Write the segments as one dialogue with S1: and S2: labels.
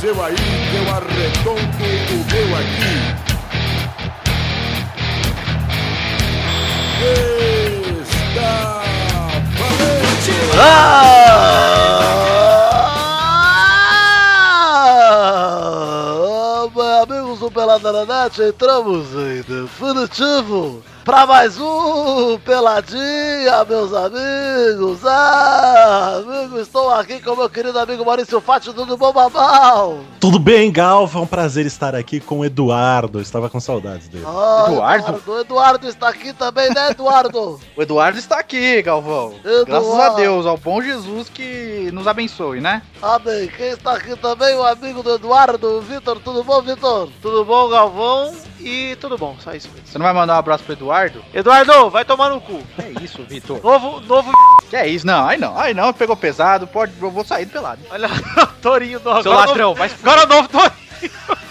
S1: seu aí, eu arredondo o meu aqui. Está valente!
S2: Ah! Amigos do Pelada na Net, entramos em definitivo para mais um Peladinha, meus amigos. Ah, amigo, estou aqui com meu querido amigo Maurício Fátio, tudo bom, babau?
S3: Tudo bem, Galva? É um prazer estar aqui com o Eduardo. Eu estava com saudades dele.
S2: Ah,
S4: Eduardo?
S2: Eduardo? Eduardo está aqui também, né, Eduardo?
S4: O Eduardo está aqui, Galvão.
S2: Eduardo.
S4: Graças a Deus, ao bom Jesus que nos abençoe, né?
S2: Amém. Quem está aqui também, o amigo do Eduardo, o Vitor. Tudo bom, Vitor?
S5: Tudo bom, Galvão? E tudo bom, só isso mesmo.
S4: Você não vai mandar um abraço pro Eduardo?
S5: Eduardo, vai tomar no cu.
S4: Que é isso, Vitor?
S5: Novo, novo.
S4: Que é isso? Não, aí não, aí não, pegou pesado, pode, eu vou sair do pelado.
S5: Olha, o Torinho novo.
S4: Seu
S5: agora
S4: ladrão,
S5: novo-
S4: vai se
S5: Agora o novo Torinho.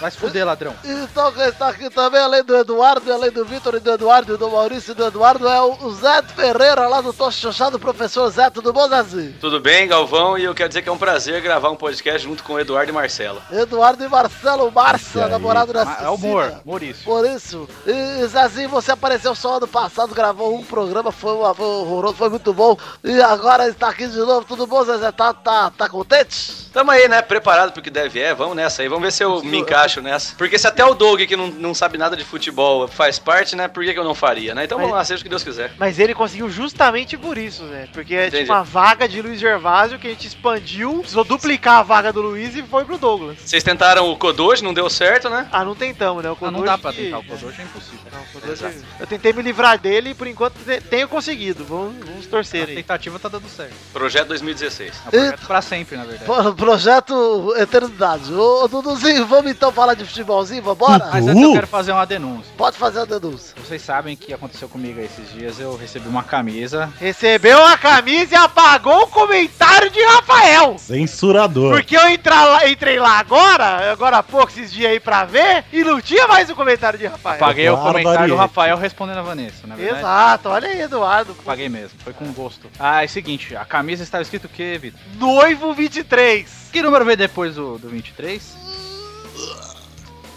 S4: Vai se fuder, ladrão.
S2: Então quem está aqui também, além do Eduardo, além do Vitor e do Eduardo, e do Maurício e do Eduardo, é o o Zé Ferreira, lá do Tocho Xoxado, professor Zé, tudo bom, Zezinho?
S6: Tudo bem, Galvão? E eu quero dizer que é um prazer gravar um podcast junto com o Eduardo e Marcelo.
S2: Eduardo e Marcelo Marça,
S3: Esse aí.
S2: namorado da
S5: Ah,
S4: É o humor, Maurício.
S2: Por isso, e, e Zezinho, você apareceu só ano passado, gravou um programa, foi, uma- foi horroroso, foi muito bom, e agora está aqui de novo, tudo bom, Zezé? Tá, tá, tá contente?
S6: Tamo aí, né? Preparado pro que deve é. Vamos nessa aí. Vamos ver se eu me encaixo nessa. Porque se até o Doug, que não, não sabe nada de futebol, faz parte, né? Por que, que eu não faria, né? Então vamos lá, seja o que Deus quiser.
S5: Mas ele conseguiu Assim, justamente por isso, né? Porque é
S6: Entendi.
S5: tipo uma vaga de Luiz Gervásio que a gente expandiu, precisou duplicar a vaga do Luiz e foi pro Douglas.
S6: Vocês tentaram o Kodoji, não deu certo, né?
S5: Ah, não tentamos, né? O
S4: Ah, não
S5: Kodoji
S4: dá pra
S5: que-
S4: tentar, o Kodoshi é impossível.
S5: Não, o Kodoji- Eu tentei me livrar dele e por enquanto te- tenho conseguido. Vamos, vamos
S4: A
S5: torcer aí.
S4: tentativa tá dando certo.
S6: Projeto 2016.
S4: É um projeto pra sempre, na verdade.
S2: Pro- Projeto Eternidade. Ô, Duduzinho, vamos então falar de futebolzinho, vambora?
S4: Mas antes eu
S3: Uh!
S4: quero fazer uma
S5: Hum.
S4: denúncia.
S2: Pode fazer a denúncia.
S4: Vocês sabem o que aconteceu comigo esses dias. Eu recebi uma camisa.
S5: Recebeu a camisa e apagou o comentário de Rafael.
S3: Censurador.
S5: Porque eu entrar lá- entrei lá agora, agora há pouco, esses dias aí pra ver, e não tinha mais o comentário de Rafael.
S3: É
S4: Paguei o
S3: Eduardo
S4: comentário do
S3: Ariete.
S4: Rafael respondendo a Vanessa, na verdade.
S5: Exato, olha aí, Eduardo.
S4: Paguei mesmo, foi com gosto. Ah, é o seguinte, a camisa estava escrito o quê, Vitor?
S5: Noivo 23.
S4: Que número veio depois do, do 23?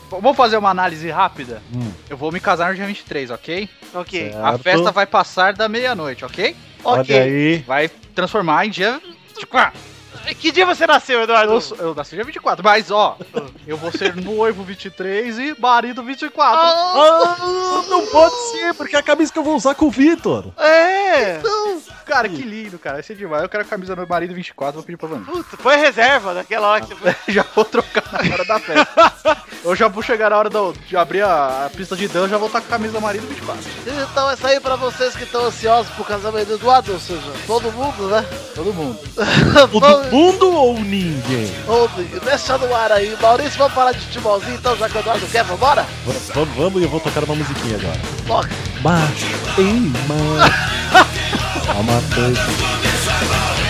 S4: Vamos fazer uma análise rápida?
S3: Hum.
S4: Eu vou me casar no dia 23, ok?
S5: Ok,
S3: Certo.
S4: A festa vai passar da meia-noite, ok?
S3: Olha
S5: ok.
S3: aí.
S4: Vai transformar em dia 24.
S5: Que dia você nasceu, Eduardo?
S4: Eu, sou- eu nasci dia 24, mas ó, eu vou ser noivo 23 e marido 24.
S3: Ah, não pode ser, porque é a camisa que eu vou usar com o Vitor.
S5: É.
S4: Cara, que lindo, cara. Vai ser demais. Eu quero a camisa do meu marido 24, vou pedir pra Vanessa.
S5: Puta, foi reserva daquela hora que você foi.
S4: já vou trocar na hora da festa. eu já vou chegar na hora do- de abrir a, a pista de dança, já vou estar com a camisa do marido 24.
S2: Então é isso aí pra vocês que estão ansiosos pro casamento do Eduardo, ou seja, todo mundo, né?
S4: Todo mundo.
S3: O do mundo ou ninguém?
S2: Vamos, deixa no ar aí. Maurício, vamos falar de futebolzinho então, já que o Eduardo quer, vambora?
S3: V- Vamos, vamos, e eu vou tocar uma musiquinha agora.
S2: Toca.
S3: Baixo em mão. Calma, coisa.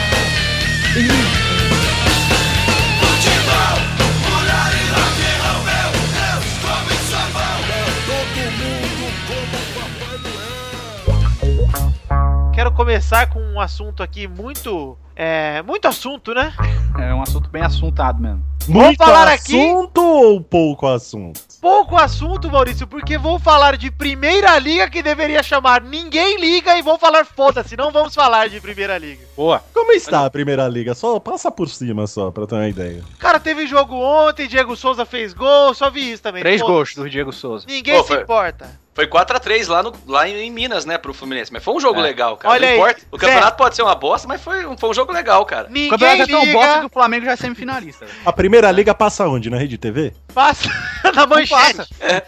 S5: Quero começar com um assunto aqui muito. É. Muito assunto, né?
S4: É um assunto bem assuntado mesmo.
S3: Muito
S5: falar aqui-
S3: assunto ou pouco assunto?
S5: Pouco assunto, Maurício, porque vou falar de primeira liga que deveria chamar Ninguém Liga e vou falar foda-se, não vamos falar de primeira liga.
S4: Boa.
S3: Como está a primeira liga? Só passa por cima só, pra eu ter uma ideia.
S5: Cara, teve jogo ontem, Diego Souza fez gol, só vi isso também.
S4: Três
S5: Pô,
S4: gols do Diego Souza.
S5: Ninguém
S6: Pô,
S5: se
S6: foi-
S5: importa.
S6: Foi 4x3 lá, no- lá em em Minas, né? Pro Fluminense. Mas foi um jogo
S4: É.
S6: legal, cara.
S5: Olha
S6: não
S5: aí,
S6: importa. O
S5: Zé.
S6: campeonato pode ser uma bosta, mas foi, um- foi um jogo legal, cara.
S4: O
S5: Ninguém
S4: campeonato é tão bosta que
S5: liga,
S4: o Flamengo já é semifinalista. velho.
S3: A primeira liga passa onde? Na rede TV?
S5: passa na
S4: Não passa.
S5: manchete.
S6: É.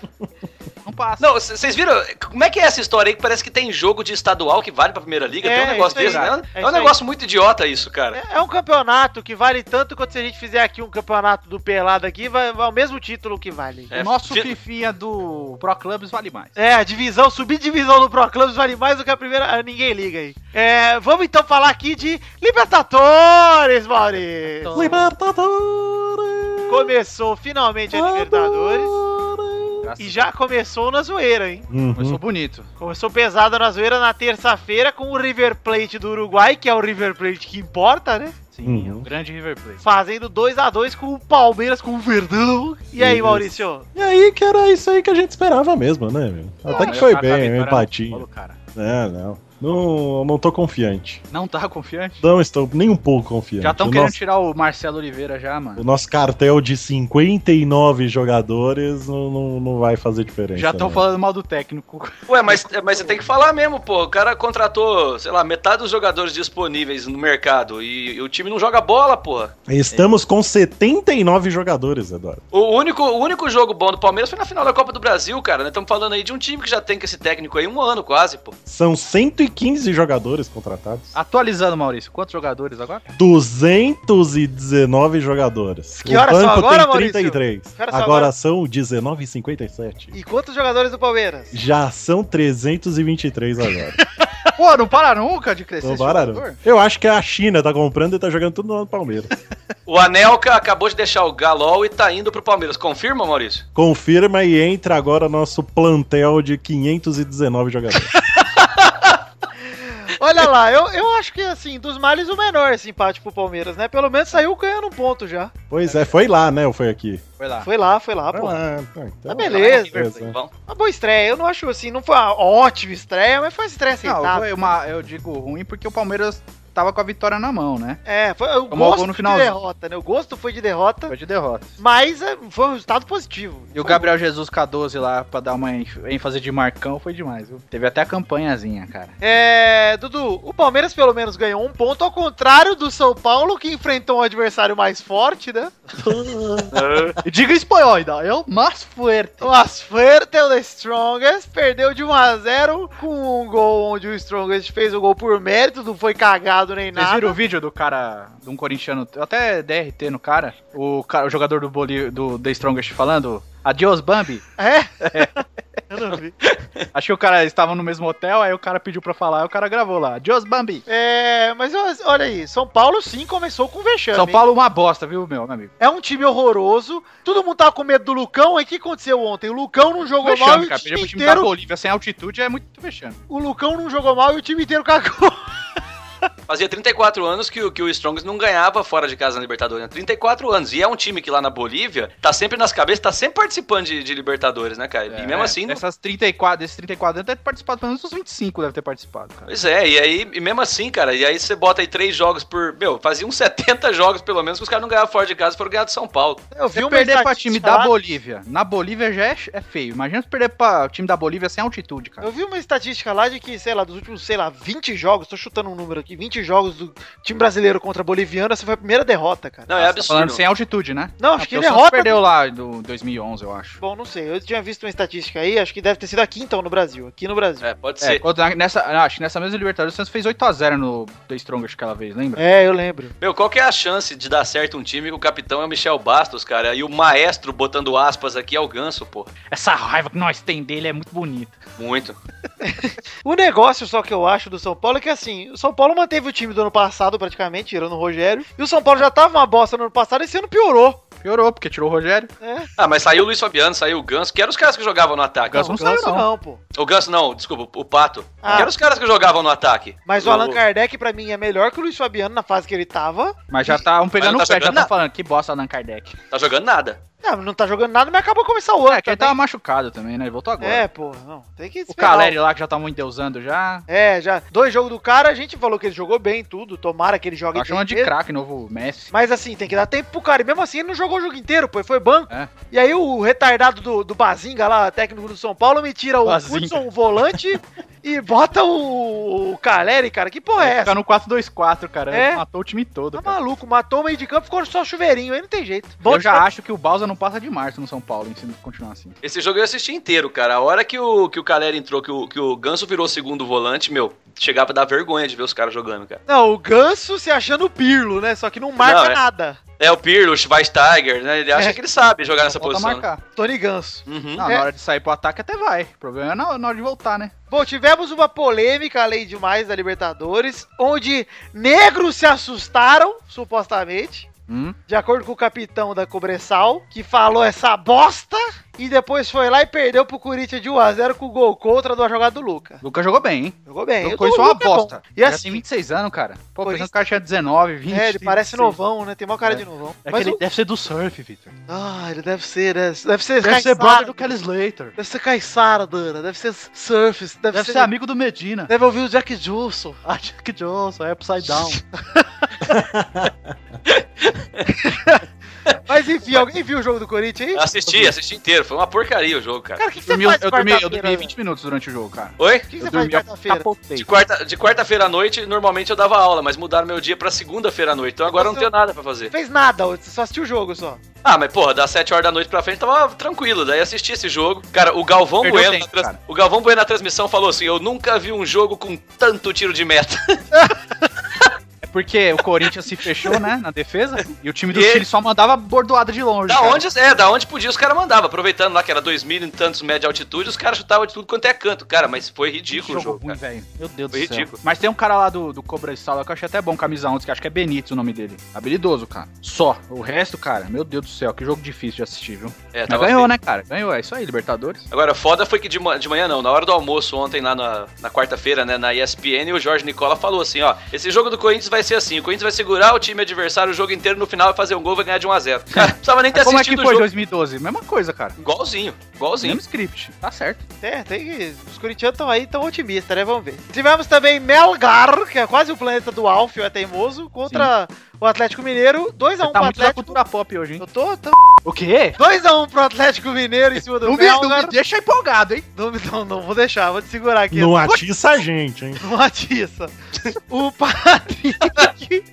S4: Não passa.
S6: Não, c- vocês viram? Como é que é essa história aí que parece que tem jogo de estadual que vale pra primeira liga?
S5: É,
S6: tem um negócio
S5: isso aí,
S6: desse, né?
S5: é
S6: É,
S5: isso
S6: um
S5: aí.
S6: negócio muito idiota isso, cara.
S5: É é um campeonato que vale tanto quanto se a gente fizer aqui um campeonato do pelado aqui, vai, vai é o mesmo título que vale.
S4: O
S6: É,
S4: nosso
S6: fi-
S4: fifinha do Pro Clubs vale mais.
S5: É, a divisão, subdivisão do Pro Clubs vale mais do que a primeira. ah, Ninguém liga aí. É, vamos então falar aqui de Libertadores, Maurício.
S3: Libertadores!
S5: Começou finalmente a Libertadores. E já começou na zoeira, hein?
S4: Começou
S3: Uhum.
S4: bonito.
S5: Começou pesada na zoeira na terça-feira com o River Plate do Uruguai, que é o River Plate que importa, né?
S4: Sim,
S3: Uhum.
S4: um grande River Plate.
S5: Fazendo 2 a 2 com o Palmeiras, com o Verdão. E aí,
S3: Isso.
S5: Maurício?
S3: E aí que era isso aí que a gente esperava mesmo, né, meu?
S5: Ah,
S3: Até que
S4: Mas
S3: foi
S4: o cara tá
S3: bem, um
S4: vitória
S5: né?
S4: no
S3: empatinho.
S4: Paulo, cara.
S3: É, não. Não, não tô confiante.
S4: Não tá confiante?
S3: Não estou nem um pouco confiante.
S4: Já estão
S3: O
S4: querendo
S3: nosso-
S4: tirar o Marcelo Oliveira já, mano.
S3: O nosso cartel de 59 jogadores não, não, não vai fazer diferença.
S4: Já estão
S3: né?
S4: falando mal do técnico.
S6: Ué, mas, é, mas você tem que falar mesmo, pô. O cara contratou, sei lá, metade dos jogadores disponíveis no mercado e, e o time não joga bola, porra.
S3: Estamos com 79 jogadores, Eduardo.
S6: O único, o único jogo bom do Palmeiras foi na final da Copa do Brasil, cara. Nós estamos falando aí de um time que já tem com esse técnico aí um ano quase, pô.
S3: São 115 jogadores contratados.
S5: Ah.
S4: Atualizando, Maurício, quantos jogadores agora?
S3: 219 jogadores.
S5: Que horas
S3: o
S5: são
S3: banco
S5: agora,
S3: tem
S5: Maurício?
S3: 33.
S5: Que horas são
S3: agora,
S5: agora?
S3: são 19h57.
S5: E quantos jogadores do Palmeiras?
S3: Já são 323 agora.
S4: Pô, não para nunca de crescer
S3: Então,
S4: esse
S3: bora,
S4: jogador?
S3: não. Eu acho que a China tá comprando e tá jogando tudo no Palmeiras.
S6: O Anelka acabou de deixar o Galol e tá indo pro Palmeiras. Confirma, Maurício?
S3: Confirma e entra agora nosso plantel de 519 jogadores.
S5: Olha lá, eu, eu acho que, assim, dos males o menor esse empate pro Palmeiras, né? Pelo menos saiu ganhando um ponto já.
S3: pois é, foi lá, né? Ou foi aqui?
S4: Foi lá.
S5: Foi lá, foi lá,
S3: Foi
S5: pô.
S3: lá. Tá, então-
S5: Tá beleza.
S3: Beleza.
S6: Bom,
S5: Uma boa estreia. Eu não acho, assim, não foi uma ótima estreia, mas foi uma estreia
S4: Não,
S5: aceitável.
S4: foi uma, eu digo ruim porque o Palmeiras tava com a vitória na mão, né?
S5: É, foi o
S4: Tomou
S5: gosto
S4: gol no
S5: de
S4: finalzinho.
S5: derrota, né? O gosto foi de derrota,
S4: Foi de derrota.
S5: mas é, foi um resultado positivo.
S4: E o Gabriel Jesus com a 12 lá pra dar uma ênf- ênfase de Marcão foi demais, viu? Teve até a campanhazinha, cara.
S5: É, Dudu, o Palmeiras pelo menos ganhou um ponto, ao contrário do São Paulo, que enfrentou um adversário mais forte, né?
S4: Diga espanhol ainda, é o mais forte.
S5: O Asferte, o The Strongest, perdeu de 1x0 com um gol onde o Strongest fez o gol por mérito, não foi cagado nem
S4: Vocês viram o
S5: nada.
S4: vídeo do cara, de um corintiano, eu até DRT no cara, o, cara, o jogador do, Boli, do The Strongest falando, adiós Bambi.
S5: É? Eu não vi.
S4: Acho que o cara estava no mesmo hotel, aí o cara pediu pra falar, aí o cara gravou lá, adiós Bambi.
S5: É, mas ó, olha aí, São Paulo sim começou com vexame.
S4: São
S5: hein?
S4: Paulo uma bosta, viu, meu amigo?
S5: É um time horroroso. Todo mundo tava com medo do Lucão. E o que aconteceu ontem? O Lucão não jogou mal
S4: Vexame,
S5: e o
S4: cara. Perder
S5: time
S4: pro time da
S5: inteiro.
S4: Bolívia sem altitude é muito vexame.
S5: O Lucão não jogou mal e o time inteiro cagou.
S6: fazia 34 anos que, o- que o Strongs não ganhava fora de casa na Libertadores. Né? 34 anos. E é um time que lá na Bolívia tá sempre nas cabeças, tá sempre participando de, de Libertadores, né, cara?
S4: É,
S6: e mesmo assim, não,
S4: Dessas 34, desses 34 anos deve ter participado, pelo menos uns 25 deve ter participado, cara.
S6: Pois é, e aí, e mesmo assim, cara, e aí você bota aí três jogos por. Meu, fazia uns 70 jogos pelo menos que os caras não ganhavam fora de casa, foram ganhar do São Paulo.
S5: Eu
S4: Se
S5: uma
S4: perder pra
S5: estatística
S4: time da
S5: lá-
S4: Bolívia, na Bolívia já é, é feio. Imagina se perder pra time da Bolívia sem altitude, cara.
S5: Eu vi uma estatística lá de que, sei lá, dos últimos, sei lá, 20 jogos, tô chutando um número aqui, 20 jogos do time brasileiro contra boliviano, essa foi a primeira derrota, cara.
S6: Não, é
S4: Tá falando
S6: absurdo.
S4: sem altitude, né?
S5: Não,
S4: Ah,
S5: acho que
S4: porque o Santos
S5: derrota.
S4: perdeu lá do 2011, eu acho.
S5: Bom, não sei, eu tinha visto uma estatística aí, acho que deve ter sido aqui então no Brasil, aqui no Brasil.
S6: É, pode
S4: É,
S6: ser.
S4: quando na- nessa, ah, acho que nessa mesma Libertadores o Santos fez 8x0 no The Strongest aquela vez, lembra?
S5: É, eu lembro.
S6: Meu, qual que é a chance de dar certo um time que o capitão é o Michel Bastos, cara? E o maestro botando aspas aqui é o ganso, pô.
S4: Essa raiva que nós tem dele é muito bonita.
S6: Muito.
S5: O negócio só que eu acho do São Paulo é que assim, o São Paulo manteve o time do ano passado praticamente, tirando o Rogério, e o São Paulo já tava uma bosta no ano passado e esse ano piorou.
S4: Piorou, porque tirou o Rogério.
S6: Ah, mas saiu o Luiz Fabiano, saiu o Ganso, que eram os caras que jogavam no
S4: O
S6: ataque.
S4: Ganso não saiu,
S5: Ganso
S4: não.
S5: pô.
S6: O Ganso não, desculpa, o Pato.
S5: Ah.
S6: Que eram os caras que jogavam no ataque.
S5: Mas o Allan Kardec pra mim é melhor que o Luiz Fabiano na fase que ele tava.
S4: Mas já tá um pegando
S6: Mas não tá
S4: o pé, já
S6: jogando
S4: tá
S6: nada.
S4: falando que bosta Allan Kardec.
S6: Tá jogando nada.
S5: Não, não tá jogando nada, mas acabou de começar o ano.
S4: É, que ele
S5: também.
S4: tava machucado também, né? Ele voltou agora.
S5: É, pô, não. Tem que
S4: o
S5: esperar.
S4: Caleri lá que já tá muito deusando já.
S5: É, já. Dois jogos do cara, a gente falou que ele jogou bem tudo. Tomara que ele jogue
S4: Tá
S5: bem
S4: chamando de
S5: mesmo.
S4: craque, novo Messi.
S5: Mas assim, tem que dar tempo pro cara. E mesmo assim, ele não jogou o jogo inteiro, pô. Ele foi banco.
S4: É.
S5: E aí o retardado do, do Bazinga lá, técnico do São Paulo, me tira o
S4: Bazinga.
S5: Hudson, o volante, e bota o, o Caleri, cara. Que porra é
S4: Fica
S5: essa?
S4: no 4-2-4, cara.
S5: É.
S4: Matou o time todo.
S5: Tá
S4: Cara.
S5: maluco, matou o meio de campo, ficou só chuveirinho, aí não tem jeito.
S4: Eu já
S5: de-
S4: acho que o Balsa não passa de março no São Paulo, hein, se continuar assim.
S6: Esse jogo eu assisti inteiro, cara. A hora que o, que o Calera entrou, que o, que o Ganso virou segundo volante, meu, chegava a dar vergonha de ver os caras jogando, cara.
S5: Não, o Ganso se achando o Pirlo, né? Só que não marca
S6: Não, é.
S5: nada.
S6: É o Pirlo, o Schweinsteiger, né? Ele acha
S5: É.
S6: que ele sabe jogar nessa
S4: Volta a
S6: posição. né?
S4: marcar.
S5: Tony Ganso.
S6: Uhum.
S4: Não,
S5: É.
S4: na hora de sair pro ataque até vai. O problema é na, na hora de voltar, né?
S5: Bom, tivemos uma polêmica além demais da Libertadores, onde negros se assustaram, supostamente.
S4: Hum?
S5: de acordo com o capitão da Cobressal, que falou essa bosta e depois foi lá e perdeu pro Corinthians de 1x0 com o gol contra do jogada do Luca.
S4: Luca jogou bem, hein?
S5: Jogou
S7: Então
S5: bem.
S4: o
S5: O
S4: Corinthians é
S5: do
S4: uma
S5: Luca é bom.
S4: bosta.
S5: e
S4: Já tem
S5: assim,
S4: 26 anos, cara. Pô,
S5: Corinthians-
S4: pensando que o cara tinha 19, 20.
S5: é, ele parece
S4: 26.
S5: novão, né? Tem maior cara de novão.
S7: assim, É que
S5: Mas
S7: ele
S5: o...
S7: deve ser do surf, Victor.
S5: Ah, ele deve ser, né? Deve ser
S7: Deve ser
S5: Caissara.
S7: brother do Kelly Slater.
S5: Deve ser Caissara, Dana. Deve ser Surface. Deve,
S7: Deve ser amigo do Medina.
S5: Deve ouvir o Jack Johnson.
S7: Ah, Jack Johnson, é Upside Down.
S5: Mas enfim, alguém viu o jogo do Corinthians aí?
S6: Eu assisti, assisti inteiro. Foi uma porcaria o jogo, cara.
S5: Cara, o que, que você
S4: Dormi-
S5: faz
S4: eu, dormi, eu
S5: quarta-feira,
S4: dormi
S5: velho?
S4: 20 minutos durante o jogo, cara.
S6: Oi?
S5: O que, que
S4: eu
S5: você faz
S4: dormi- eu
S5: quarta-feira?
S4: capotei.
S6: De quarta- de quarta-feira à noite, normalmente eu dava aula, mas mudaram meu dia pra segunda-feira à noite. Então agora eu não tenho nada pra fazer.
S5: Fez nada, você só assistiu o jogo só.
S6: Ah, mas porra, das 7 horas da noite pra frente tava tranquilo. Daí assisti esse jogo. Cara, o Galvão
S4: Perdeu
S6: Bueno.
S4: tempo,
S6: na trans-
S4: cara.
S6: O Galvão Bueno na transmissão falou assim: Eu nunca vi um jogo com tanto tiro de meta.
S4: É porque o Corinthians se fechou, né? Na defesa. E o time do
S6: E-
S4: Chile só mandava bordoada de longe.
S6: da
S4: cara.
S6: onde, é, da onde podia, os caras mandavam. Aproveitando lá que era 2 mil e tantos média de altitude, os caras chutavam de tudo quanto é canto. Cara, mas foi ridículo o jogo.
S4: ruim,
S6: cara.
S4: velho. Meu Deus
S6: Foi
S4: do céu.
S6: ridículo.
S4: Mas tem um cara lá do, do Cobra Sala que eu achei até bom, camisa 11, que acho que é Benítez o nome dele. Habilidoso, cara. Só. O resto, cara, meu Deus do céu, que jogo difícil de assistir, viu?
S6: É,
S4: Mas
S6: tava
S4: ganhou,
S6: feio.
S4: né, cara? Ganhou, é isso aí, Libertadores.
S6: Agora, foda foi que de, ma- de manhã não, na hora do almoço ontem lá na, na quarta-feira, né, na ESPN, o Jorge Nicola falou assim, ó, esse jogo do Corinthians vai ser assim, o Corinthians vai segurar o time adversário o jogo inteiro, no final vai fazer um gol, vai ganhar de 1 a 0 Cara, não precisava nem ter
S4: Mas como é que
S6: assistido
S4: foi
S6: o jogo.
S4: 2012? Mesma coisa, cara.
S6: Igualzinho, igualzinho.
S4: Mesmo script. Tá certo.
S5: É, tem que. Os corintianos estão aí tão otimistas, né? Vamos ver. Tivemos também Melgar, que é quase o planeta do Alfio, é teimoso, contra o Atlético Mineiro. 2x1
S4: Você tá
S5: pro
S4: muito da
S5: Atlético.
S4: cultura pop hoje, hein?
S5: Eu tô, tô.
S4: O quê?
S5: 2x1 pro Atlético Mineiro em cima do
S4: Não me, não me
S5: Melgar.
S4: deixa empolgado, hein?
S5: Não, me- não, não, vou deixar, vou te segurar aqui.
S3: Não atiça a gente, hein?
S5: Não atiça. O Patrick.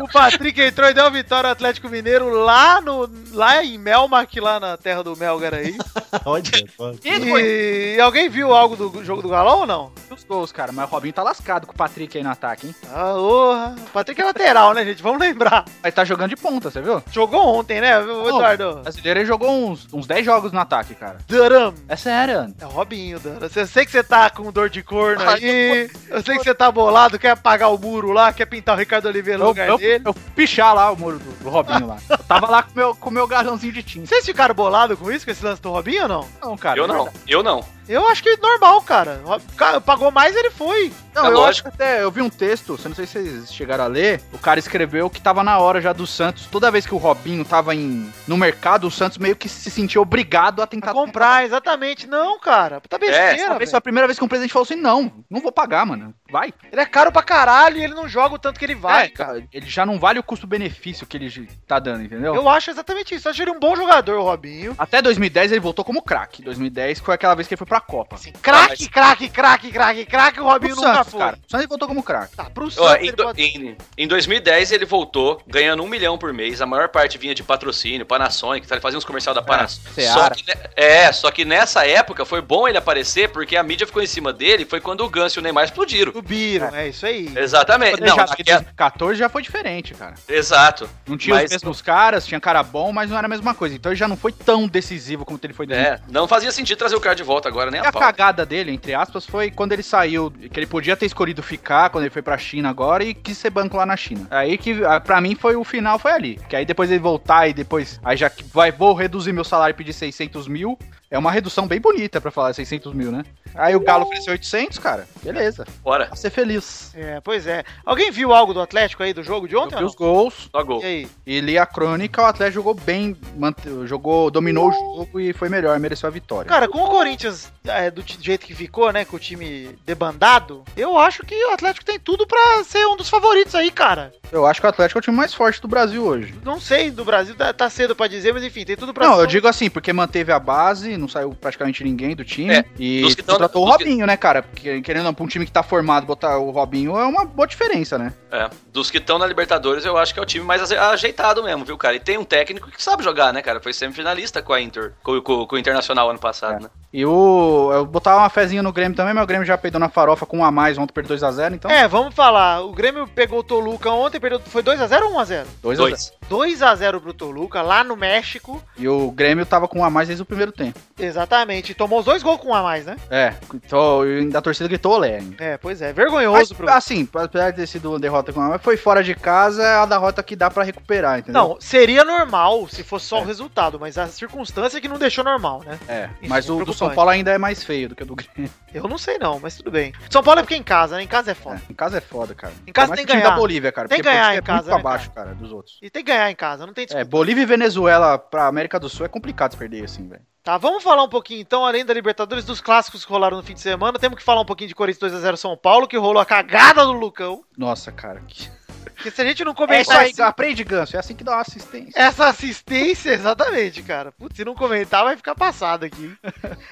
S5: o Patrick entrou e deu vitória ao Atlético Mineiro lá no. lá em Melmark, lá na terra do Melgar aí.
S3: Olha só.
S5: E, alguém viu algo do jogo do Galão ou não?
S4: Os gols, cara. Mas o Robinho tá lascado com o Patrick aí no ataque, hein?
S5: Ah, orra. O Patrick é lateral, né, gente? Vamos lembrar.
S4: Aí tá jogando de ponta, você viu?
S5: Jogou ontem, né, o
S4: O
S5: Eduardo?
S4: brasileiro ele jogou uns, uns 10 jogos no ataque, cara.
S5: Duram.
S4: É sério, Ana.
S5: É o Robinho, Dana. Eu sei que você tá com dor de corno aí. Eu sei que você tá bolado, quer apagar o muro lá, quer pintar o Ricardo Oliveira no
S4: Eu,
S5: lugar
S4: eu,
S5: dele.
S4: eu pichar lá o muro do, do Robinho lá. Eu tava lá com meu, com meu galãozinho de tinta.
S5: Vocês ficaram bolados com isso, com esse lance do Robinho ou não?
S4: Não, cara.
S6: eu
S4: é
S6: não,
S4: verdade.
S6: eu não.
S5: Eu acho que é normal, cara. O Rob- cara, Pagou mais, ele foi.
S4: Não,
S6: É
S4: eu acho
S6: lógico.
S4: que até eu vi um texto, eu não sei se vocês chegaram a ler. O cara escreveu que tava na hora já do Santos. Toda vez que o Robinho tava em, no mercado, o Santos meio que se sentiu obrigado a
S5: Pra
S4: tentar
S5: comprar, exatamente. Não, cara. Tá besteira,
S4: É, Talvez
S5: velho.
S4: foi a primeira vez que um presidente falou assim: não, não vou pagar, mano. Vai.
S5: Ele é caro pra caralho e ele não joga o tanto que ele vai,
S4: É,
S5: cara.
S4: Ele já não vale o custo-benefício que ele j- tá dando, entendeu?
S5: Eu acho exatamente isso. Eu acho ele um bom jogador, o Robinho.
S4: Até 2010 ele voltou como craque. 2010 foi aquela vez que ele foi pra Copa.
S5: Assim, craque, craque, craque, craque, craque, o
S4: Pro
S5: Robinho nunca
S4: Santos,
S5: foi.
S4: cara. O Santos ele voltou como craque.
S5: Tá, pro Santos
S6: Ó,
S4: então,
S6: em,
S5: ele
S6: do-
S5: pode-
S6: em- em 2010 ele voltou ganhando um milhão por mês, a maior parte vinha de patrocínio, Panasonic, tá? ele fazia uns comercial da Panasonic. só
S4: É, Seara.
S6: que, ne- é, só que nessa época foi bom ele aparecer porque a mídia ficou em cima dele, foi quando o Ganso e o Neymar
S4: Hum,
S6: explodiram.
S5: Subiram, é. isso aí.
S6: Exatamente.
S4: Não,
S6: Não,
S4: já, porque
S6: naquela-
S4: 2014 já foi diferente, cara.
S6: Exato.
S4: Não tinha
S6: Mas-
S4: os mesmos caras, tinha cara bom, mas não era a mesma coisa. Então ele já não foi tão decisivo como ele foi em
S6: É, não fazia sentido trazer o cara de volta agora, nem
S4: Hum. E a
S6: a É, pau.
S4: cagada dele, entre aspas, foi quando ele saiu, que ele podia ter escolhido ficar quando ele foi pra China agora e quis ser banco lá na China. Aí que, ah, pra mim, foi o final, foi ali. Que aí depois ele voltar e depois, aí já que vai, vou reduzir meu salário e pedir 600 mil, é uma redução bem bonita pra falar 600 mil, né? Aí o Galo ofereceu 800, cara, beleza,
S6: Bora,
S4: pra ser feliz.
S5: É, pois é. Alguém viu algo do Atlético aí, do jogo de
S4: Eu
S5: ontem
S4: vi
S5: ou
S4: os gols,
S6: só
S5: não?
S6: gol.
S5: E aí?
S4: e li é a crônica, o Atlético jogou bem, mante- jogou, dominou o jogo e foi melhor, mereceu a vitória.
S5: Cara, com o Corinthians é, do ti- jeito que ficou, né, com o time debandado, eu acho que o Atlético tem tudo pra ser um dos favoritos aí, cara.
S4: Eu acho que o Atlético é o time mais forte do Brasil hoje.
S5: Não sei, do Brasil tá, tá cedo pra dizer, mas enfim, tem tudo pra
S4: Não,
S5: ser
S4: eu
S5: um-
S4: digo assim, porque manteve a base, não saiu praticamente ninguém do time.
S6: É,
S4: e
S6: dos que tão-
S4: contratou o
S6: dos que-
S4: Robinho, né, cara? Porque, querendo ou não, pra um time que tá formado, botar o Robinho é uma boa diferença, né?
S6: É. Dos que estão na Libertadores, eu acho que é o time mais aze- ajeitado mesmo,
S4: É.
S6: viu, cara? E tem um técnico que sabe jogar, né, cara? Foi semifinalista com a Inter, com, com- com o Internacional ano passado, né?
S4: E o. Eu botava uma fezinha no Grêmio também, mas o Grêmio já peidou na farofa com um a mais, ontem perdeu 2x0, então.
S5: É, vamos falar. O Grêmio pegou o Toluca ontem, perdeu. Foi 2x0 ou 1x0?
S4: 2x0.
S6: Dois.
S5: 2x0 pro Toluca, lá no México.
S4: E o Grêmio tava com um a mais desde o primeiro tempo.
S5: Exatamente. Tomou os dois gols com um a mais, né?
S4: É, então e ainda a torcida gritou olé. ainda.
S5: É, pois é.
S4: Mas,
S5: Vergonhoso pro.
S4: assim, apesar de ter sido uma derrota com a mas foi fora de casa, é a derrota que dá pra recuperar, entendeu?
S5: Não, seria normal se fosse só o resultado, mas a circunstância é que não deixou normal, né?
S4: É,
S5: Isso,
S4: mas o do
S5: preocupante.
S4: São Paulo ainda é mais feio do que o do Grêmio.
S5: Eu não sei não, mas tudo bem. São Paulo é porque é em casa, né? Em casa é foda.
S4: É, em casa é foda, cara.
S5: Em casa
S4: Ainda mais
S5: tem
S4: que o time
S5: ganhar.
S4: da Bolívia, cara.
S5: Tem
S4: porque
S5: que ganhar
S4: o time
S5: em
S4: é
S5: casa,
S4: muito
S5: né,
S4: abaixo, cara, dos outros.
S5: E tem que ganhar em casa, não tem
S4: É,
S5: desculpa.
S4: Bolívia e Venezuela pra América do Sul é complicado perder assim, velho.
S5: Tá, vamos falar um pouquinho então, além da Libertadores, dos clássicos que rolaram no fim de semana. Temos que falar um pouquinho de Corinthians 2x0 São Paulo, que rolou a cagada do Lucão.
S4: Nossa, cara. Que...
S5: Porque se a gente
S4: É
S5: não
S4: isso
S5: comentar
S4: aí,
S5: esse-
S4: aprende, Ganso. É assim que dá uma assistência.
S5: essa assistência, exatamente, cara. Putz, se não comentar, vai ficar passado aqui.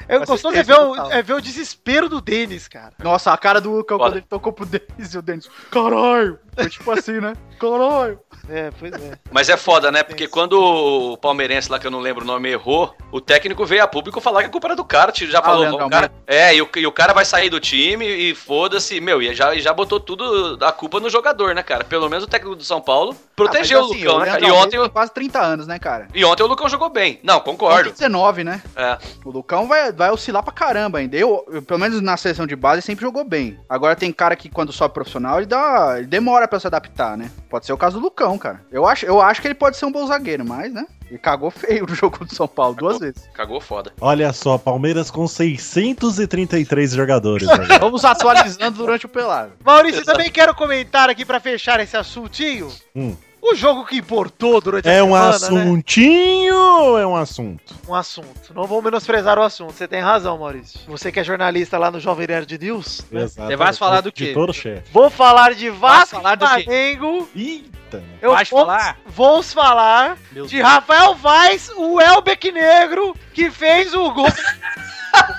S5: É gostoso é ver, o,
S4: total.
S5: é ver o desespero do Denis, cara.
S4: Nossa, a cara do Lucão
S6: Foda.
S4: quando ele tocou pro Denis e o Denis. Caralho! Foi tipo assim, né? Caralho!
S5: É, pois é.
S6: Mas é foda, né? Porque quando o palmeirense lá, que eu não lembro o nome, errou, o técnico veio a público falar que a culpa era do cara. tio, Já
S4: Ah,
S6: falou,
S4: Leandro
S6: o cara. É, e o, e o cara vai sair do time e foda-se. Meu, e já, e já botou tudo a culpa no jogador, né, cara? Pelo menos o técnico do São Paulo protegeu
S4: Ah, mas
S6: o Lucão,
S4: o
S6: né, cara? E
S4: Leandro
S6: ontem,
S4: Almeida
S6: o-
S4: tem quase 30 anos, né, cara?
S6: e ontem o Lucão jogou bem. Não,
S4: Ontem
S6: concordo.
S4: 19, né?
S6: É.
S4: O Lucão vai, vai oscilar pra caramba ainda. Eu, eu, pelo menos na seleção de base, sempre jogou bem. Agora tem cara que quando sobe profissional, ele, dá, ele demora pra se adaptar, né? Pode ser o caso do Lucão, cara. Eu acho, eu acho que ele pode ser um bom zagueiro, mas, né? Ele cagou feio no jogo do São Paulo duas vezes.
S6: Cagou foda.
S3: Olha só, Palmeiras com 633 jogadores. agora.
S4: Vamos atualizando durante o pelado.
S5: Maurício, eu também quero comentar aqui pra fechar esse assuntinho.
S3: Hum.
S5: O jogo que importou durante
S3: é um
S5: né?
S3: assuntinho ou é um assunto?
S5: Um assunto. Não vou menosprezar o assunto. Você tem razão, Maurício. Você que é jornalista lá no Jovem Nerd News. né?
S3: Exato.
S8: vai se falar do quê?
S3: De todo chefe.
S5: Vou falar de Vasco
S8: falar
S5: e
S8: do quê?
S5: Flamengo.
S3: Eita. né?
S5: Eu
S8: Vai
S5: vou,
S8: falar?
S5: vou falar
S8: Meu
S5: de Rafael Vaz, o Elbeck Negro, que fez o gol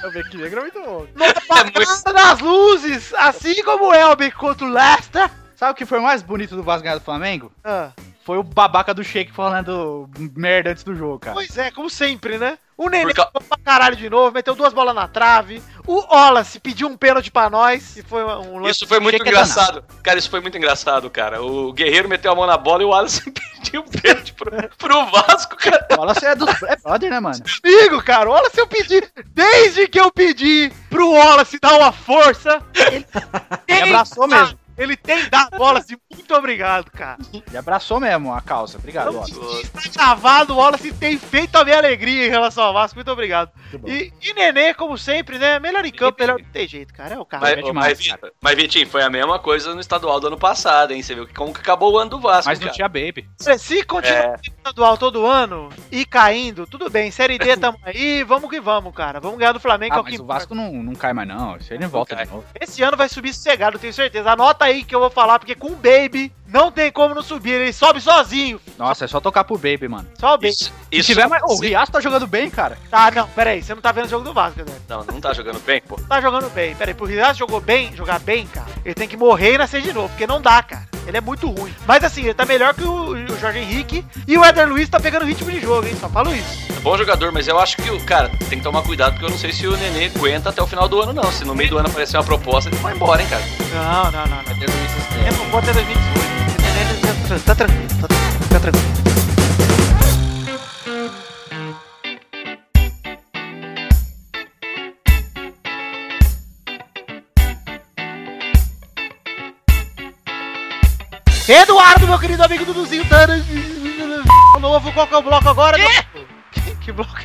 S5: é no apagado das luzes, assim como o Elbeck contra o Leicester.
S4: Sabe o que foi o mais bonito do Vasco ganhar do Flamengo?
S5: Ah,
S4: Foi o babaca do Sheik falando merda antes do jogo, cara.
S5: pois é, como sempre, né? O Nenê
S6: Por ca-
S5: jogou pra caralho de novo, meteu duas bolas na trave. O Wallace pediu um pênalti pra nós, e foi um lance...
S6: Isso foi muito
S4: Achei que é
S6: engraçado. Cara, isso foi muito engraçado, cara. O Guerreiro meteu a mão na bola e o Alisson pediu o pênalti pro, pro Vasco, cara.
S4: Fala você é do é brother, né, mano?
S5: Amigo, cara, o Wallace eu pedi, desde que eu pedi pro Wallace dar uma força... Ele,
S4: Ele abraçou
S5: dá-
S4: mesmo.
S5: Ele tem dado Wallace, muito obrigado, cara.
S4: Ele abraçou mesmo a causa. Obrigado,
S5: Não
S4: ó.
S5: está gravado, Tá o Wallace tem feito a minha alegria em relação ao Vasco, muito obrigado. E, e Nenê, como sempre, né? Melhor em campo, melhor não tem jeito, cara. É o cara.
S6: Mas,
S4: é
S6: mas,
S4: demais,
S6: Vi-
S4: cara.
S6: mas, Vitinho, foi a mesma coisa no estadual do ano passado, hein? Você viu que- como que acabou o ano do Vasco,
S8: Mas não
S6: cara.
S8: tinha baby.
S5: Se continuar no estadual todo ano e caindo, tudo bem. Série D tamo aí, vamos que vamos, cara. Vamos ganhar do Flamengo. que é
S4: Ah,
S5: o que
S4: mas o Vasco não, não cai mais, não. Isso aí não volta
S6: cai.
S4: de novo.
S5: importa. Esse ano vai subir sossegado, tenho certeza. Anota aí que eu vou falar, porque com o Baby não tem como não subir. Ele sobe sozinho.
S4: Nossa, é só tocar pro Baby, mano.
S5: Só o Baby.
S6: Isso,
S4: Se
S6: isso
S4: tiver mais. Ô, o Riacho tá jogando bem, cara.
S5: Tá, não, peraí. Você não tá vendo o jogo do Vasco, né?
S6: Não, não tá jogando bem, pô.
S5: tá jogando bem. Pera aí, pro Riaz jogou bem, jogar bem, cara, ele tem que morrer e nascer de novo, porque não dá, cara. Ele é muito ruim. Mas assim, ele tá melhor que o, o Jorge Henrique e o Eder Luiz tá pegando ritmo de jogo, hein? Só falo isso.
S6: É bom jogador, mas eu acho que o cara tem que tomar cuidado, porque eu não sei se o Nenê aguenta até o final do ano, não. Se no meio do ano aparecer uma proposta, ele vai embora, hein, cara.
S5: Não, não, é não, não. Eu não vou até 2018. Tá tranquilo, tá tranquilo, fica tranquilo. Eduardo, meu querido amigo Duduzinho, tá novo, qual que é o bloco agora? meu? Que, que bloco?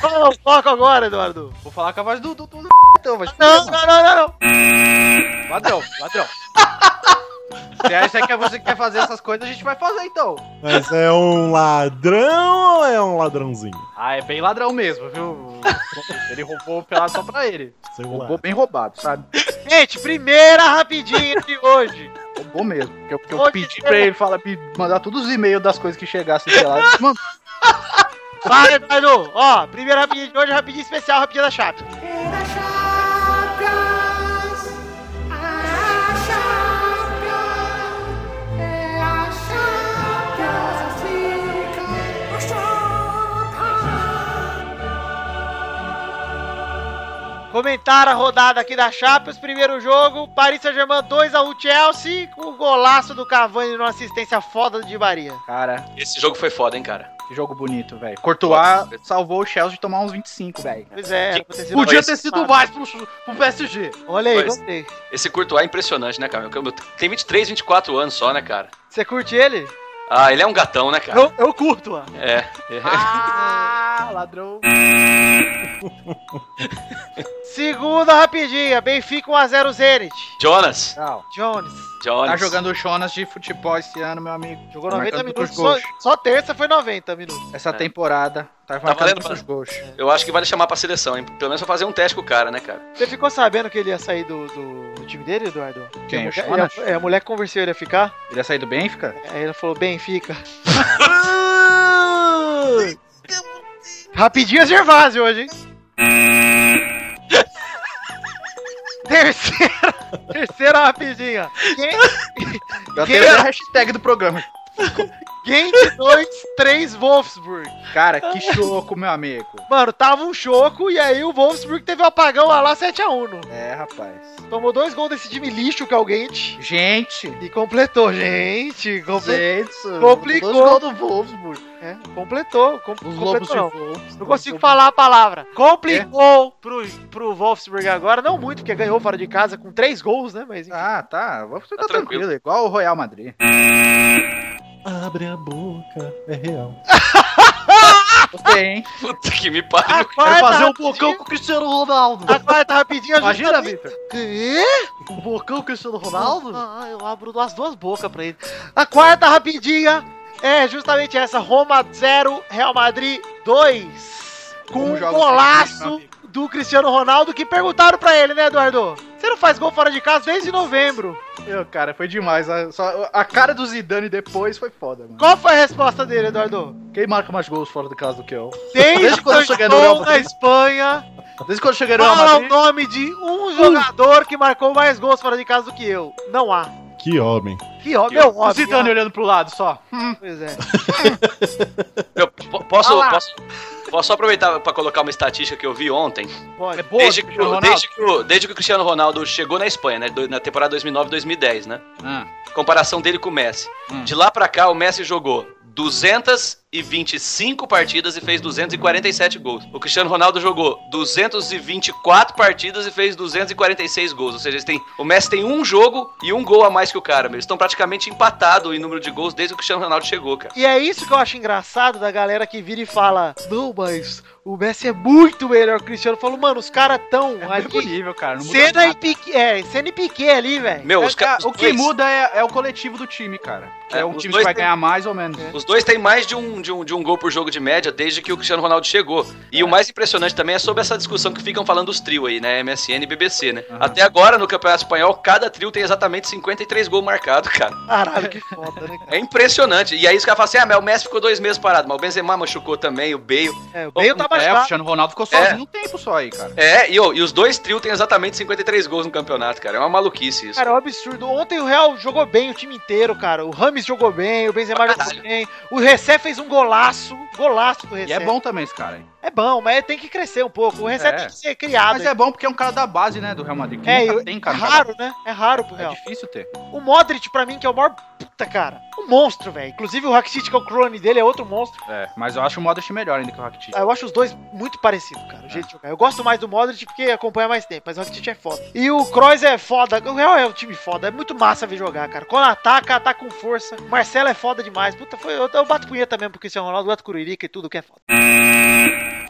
S5: qual é o bloco agora, Eduardo?
S4: Vou falar com a voz do. do, do... Então, mas
S5: Não, não, não, não, não.
S4: Ladrão, ladrão. Se acha que você quer fazer essas coisas, a gente vai fazer então.
S3: Mas é um ladrão ou é um ladrãozinho?
S4: Ah, é bem ladrão mesmo, viu? Ele roubou o pelado só pra ele.
S3: Sei lá.
S4: Roubou bem roubado, sabe?
S5: Gente, primeira rapidinha de hoje.
S4: Roubou mesmo. Porque eu, porque eu
S5: Ô,
S4: pedi
S5: Diego.
S4: pra
S6: é-
S4: ele falar, me mandar todos os e-mails das coisas que chegassem peladas. Mano,
S5: Vai, Eduardo. Ó, primeira rapidinha de hoje, rapidinha especial, rapidinha da Chape.
S9: Champions,
S5: Comentar a rodada aqui da Champions. Primeiro jogo, Paris Saint-Germain 2x1 Chelsea, com o golaço do Cavani numa assistência foda de Maria.
S4: Cara,
S6: Esse jogo foi foda, hein, cara.
S4: que jogo bonito, velho. Courtois salvou o Chelsea de tomar uns 25, velho.
S5: Pois é,
S6: Que-
S5: aconteceu.
S6: Podia
S7: Podia
S6: ter
S7: ter sido mais pro, pro PSG.
S5: Olha aí,
S6: Pois.
S5: gostei.
S6: Esse Courtois é impressionante, né, cara? Tem 23, 24 anos só, né, cara?
S5: Você curte ele?
S6: Ah, ele é um gatão, né, cara?
S5: Eu, eu curto, ó.
S6: É.
S5: Ah, ladrão. Segunda rapidinha, Benfica 1x0 Zenit.
S6: Jonas.
S5: Jones.
S6: Jonas.
S4: Tá jogando o Jonas de futebol esse ano, meu amigo.
S5: Jogou
S4: Tá
S5: 90
S4: marcando
S5: minutos. Só,
S4: muitos gols.
S5: só terça foi 90 minutos.
S4: Essa
S6: É.
S4: temporada. Tá
S6: valendo,
S4: marcando muitos
S6: mano. É.
S4: gols.
S6: Eu acho que vale chamar pra seleção, hein? Pelo menos pra fazer um teste com o cara, né, cara?
S5: Você ficou sabendo que ele ia sair do, do- do time dele, Eduardo?
S4: Quem?
S5: A
S4: O
S5: mulher-
S4: Jonas?
S5: é, a mulher que conversou ele ia ficar.
S4: Ele ia sair do Benfica?
S5: Aí ele falou, bem, fica. Rapidinho é Gervásio hoje, hein? terceira, terceira rapidinha.
S4: Eu
S5: Quem
S4: até usei
S5: é?
S4: a hashtag do programa.
S5: Gent 2, 3 Wolfsburg.
S4: Cara, que choco, meu amigo.
S5: Mano, tava um choco e aí o Wolfsburg teve um apagão lá, lá 7x1.
S4: É, rapaz.
S5: Tomou dois gols desse time lixo que é o Gent.
S4: Gente,
S5: E completou, gente. Comple...
S7: Gente,
S5: Complicou.
S7: dois gols do Wolfsburg. tipo,
S5: É, completou. Com...
S7: Os Lobos
S5: Completou
S7: de
S5: não.
S7: Wolfsburg.
S5: Não consigo falar a palavra.
S7: É?
S5: Complicou pro, pro Wolfsburg agora. Não muito, porque ganhou fora de casa com três gols, né? Mas enfim.
S4: Ah, tá. Você tá,
S6: Tá
S4: tranquilo.
S6: tranquilo.
S4: igual o Royal Madrid.
S3: Abre a boca, é real.
S4: Gostei, hein?
S6: Puta que me pariu.
S5: A
S7: Quero
S5: quarta
S7: fazer um
S5: rapidinha-
S7: bocão com o Cristiano Ronaldo.
S5: A quarta rapidinha.
S7: Imagina,
S5: justamente-
S7: Vitor.
S5: Quê?
S7: Um bocão com o Cristiano Ronaldo?
S5: Ah, eu abro as duas bocas pra ele. A quarta rapidinha é justamente essa: Roma 0, Real Madrid 2. Com
S4: Como
S5: um
S4: joga o Cristiano,
S5: golaço
S4: meu
S5: do Cristiano Ronaldo que perguntaram pra ele, né, Eduardo? Você não faz gol fora de casa desde novembro.
S4: Meu, cara, foi demais. A, só- a cara do Zidane depois foi foda, mano.
S5: Qual foi a resposta dele, Eduardo?
S7: Quem marca mais gols fora de casa do que eu?
S5: Desde
S7: Desde quando eu
S5: quando
S7: cheguei no Real
S5: chegou na
S7: Madrid.
S5: Espanha,
S7: Desde quando eu cheguei no Real
S5: fala o
S7: Madrid,
S5: nome de um jogador que marcou mais gols fora de casa do que eu. Não há.
S3: Que homem.
S5: Que óbvio, meu
S7: o
S5: óbvio.
S7: Zidane olhando pro lado só.
S5: Pois é.
S6: Eu po- posso,
S5: Fala.
S6: posso, posso só aproveitar pra colocar uma estatística que eu vi ontem.
S5: Pode.
S7: boa,
S6: desde,
S7: do
S6: que,
S7: Cristiano
S6: o-
S7: Ronaldo.
S6: desde, que o, desde que o Cristiano Ronaldo chegou na Espanha, né? do- Na temporada 2009-2010, né? Comparação dele com o Messi.
S4: Hum.
S6: De lá pra cá, o Messi jogou 225 partidas e fez 247 gols. O Cristiano Ronaldo jogou 224 partidas e fez 246 gols. Ou seja, eles têm, o Messi tem um jogo e um gol a mais que o cara. meu. Eles estão praticamente empatados em número de gols desde que o Cristiano Ronaldo chegou, cara.
S5: E é isso que eu acho engraçado da galera que vira e fala: Não, mas o Messi é muito melhor que o Cristiano. Eu falo, mano, os caras tão
S4: É
S5: ali.
S4: mesmo nível, cara. Não muda
S5: Cena e
S4: nada.
S5: Piquet. É, Cena e Piquet ali, velho.
S6: Meu, os
S4: Cara,
S6: caras.
S4: o que muda é, é o coletivo do time, cara. Que é,
S6: É,
S4: um
S6: os
S4: time que
S6: dois
S4: vai
S6: tem- É.
S4: ganhar mais ou menos.
S6: Os dois têm mais de um, de, um, de um gol por jogo de média desde que o Cristiano Ronaldo chegou. E o mais impressionante também é sobre essa discussão que ficam falando dos trio aí, né? MSN e BBC, né?
S4: Aham.
S6: Até agora, no Campeonato Espanhol, cada trio tem exatamente 53 gols marcados, cara.
S5: Caralho, que foda, né?
S6: É impressionante. E aí os caras falam assim, ah, mas o Messi ficou dois meses parado, mas o Benzema machucou também, o Bale.
S5: É, o meio tá
S4: É, o
S5: baixado.
S4: Cristiano Ronaldo ficou
S6: É.
S4: sozinho um tempo só aí, cara.
S6: É, e, ô, e os dois trio têm exatamente 53 gols no campeonato, cara. É uma maluquice isso.
S5: Cara, é um absurdo. Ontem o Real jogou bem o time inteiro, cara. O Rames jogou bem, o Benzema jogou bem. O Recé fez um golaço. Golaço do
S4: E
S5: Recé.
S4: é bom também esse cara aí.
S5: É bom, mas tem que crescer um pouco. O Recé
S4: É.
S5: tem que ser criado.
S4: Mas é bom porque é um cara da base, né, do Real Madrid. Que
S5: É,
S4: nunca
S5: eu-
S4: tem,
S5: é
S4: cara. tá
S5: raro, né? É raro pro
S4: É
S5: Real.
S4: difícil ter.
S5: O Modric, pra mim, que é o maior puta, cara. Um monstro, velho. Inclusive, o Rakitic, que é o clone dele, é outro monstro.
S4: É, mas eu acho o Modric melhor ainda que o Rakitic.
S5: Ah, Eu acho os dois muito parecidos, cara, o jeito de jogar. Eu gosto mais do Modric porque acompanha mais tempo, mas o Rakitic é foda. E o Kroos é foda. O Real é um time foda. É muito massa ver jogar, cara. Quando ataca, ataca com força. O Marcelo é foda demais. Puta, foi, eu, eu bato punheta mesmo pro Cristiano Ronaldo, bato curirica e tudo que é foda.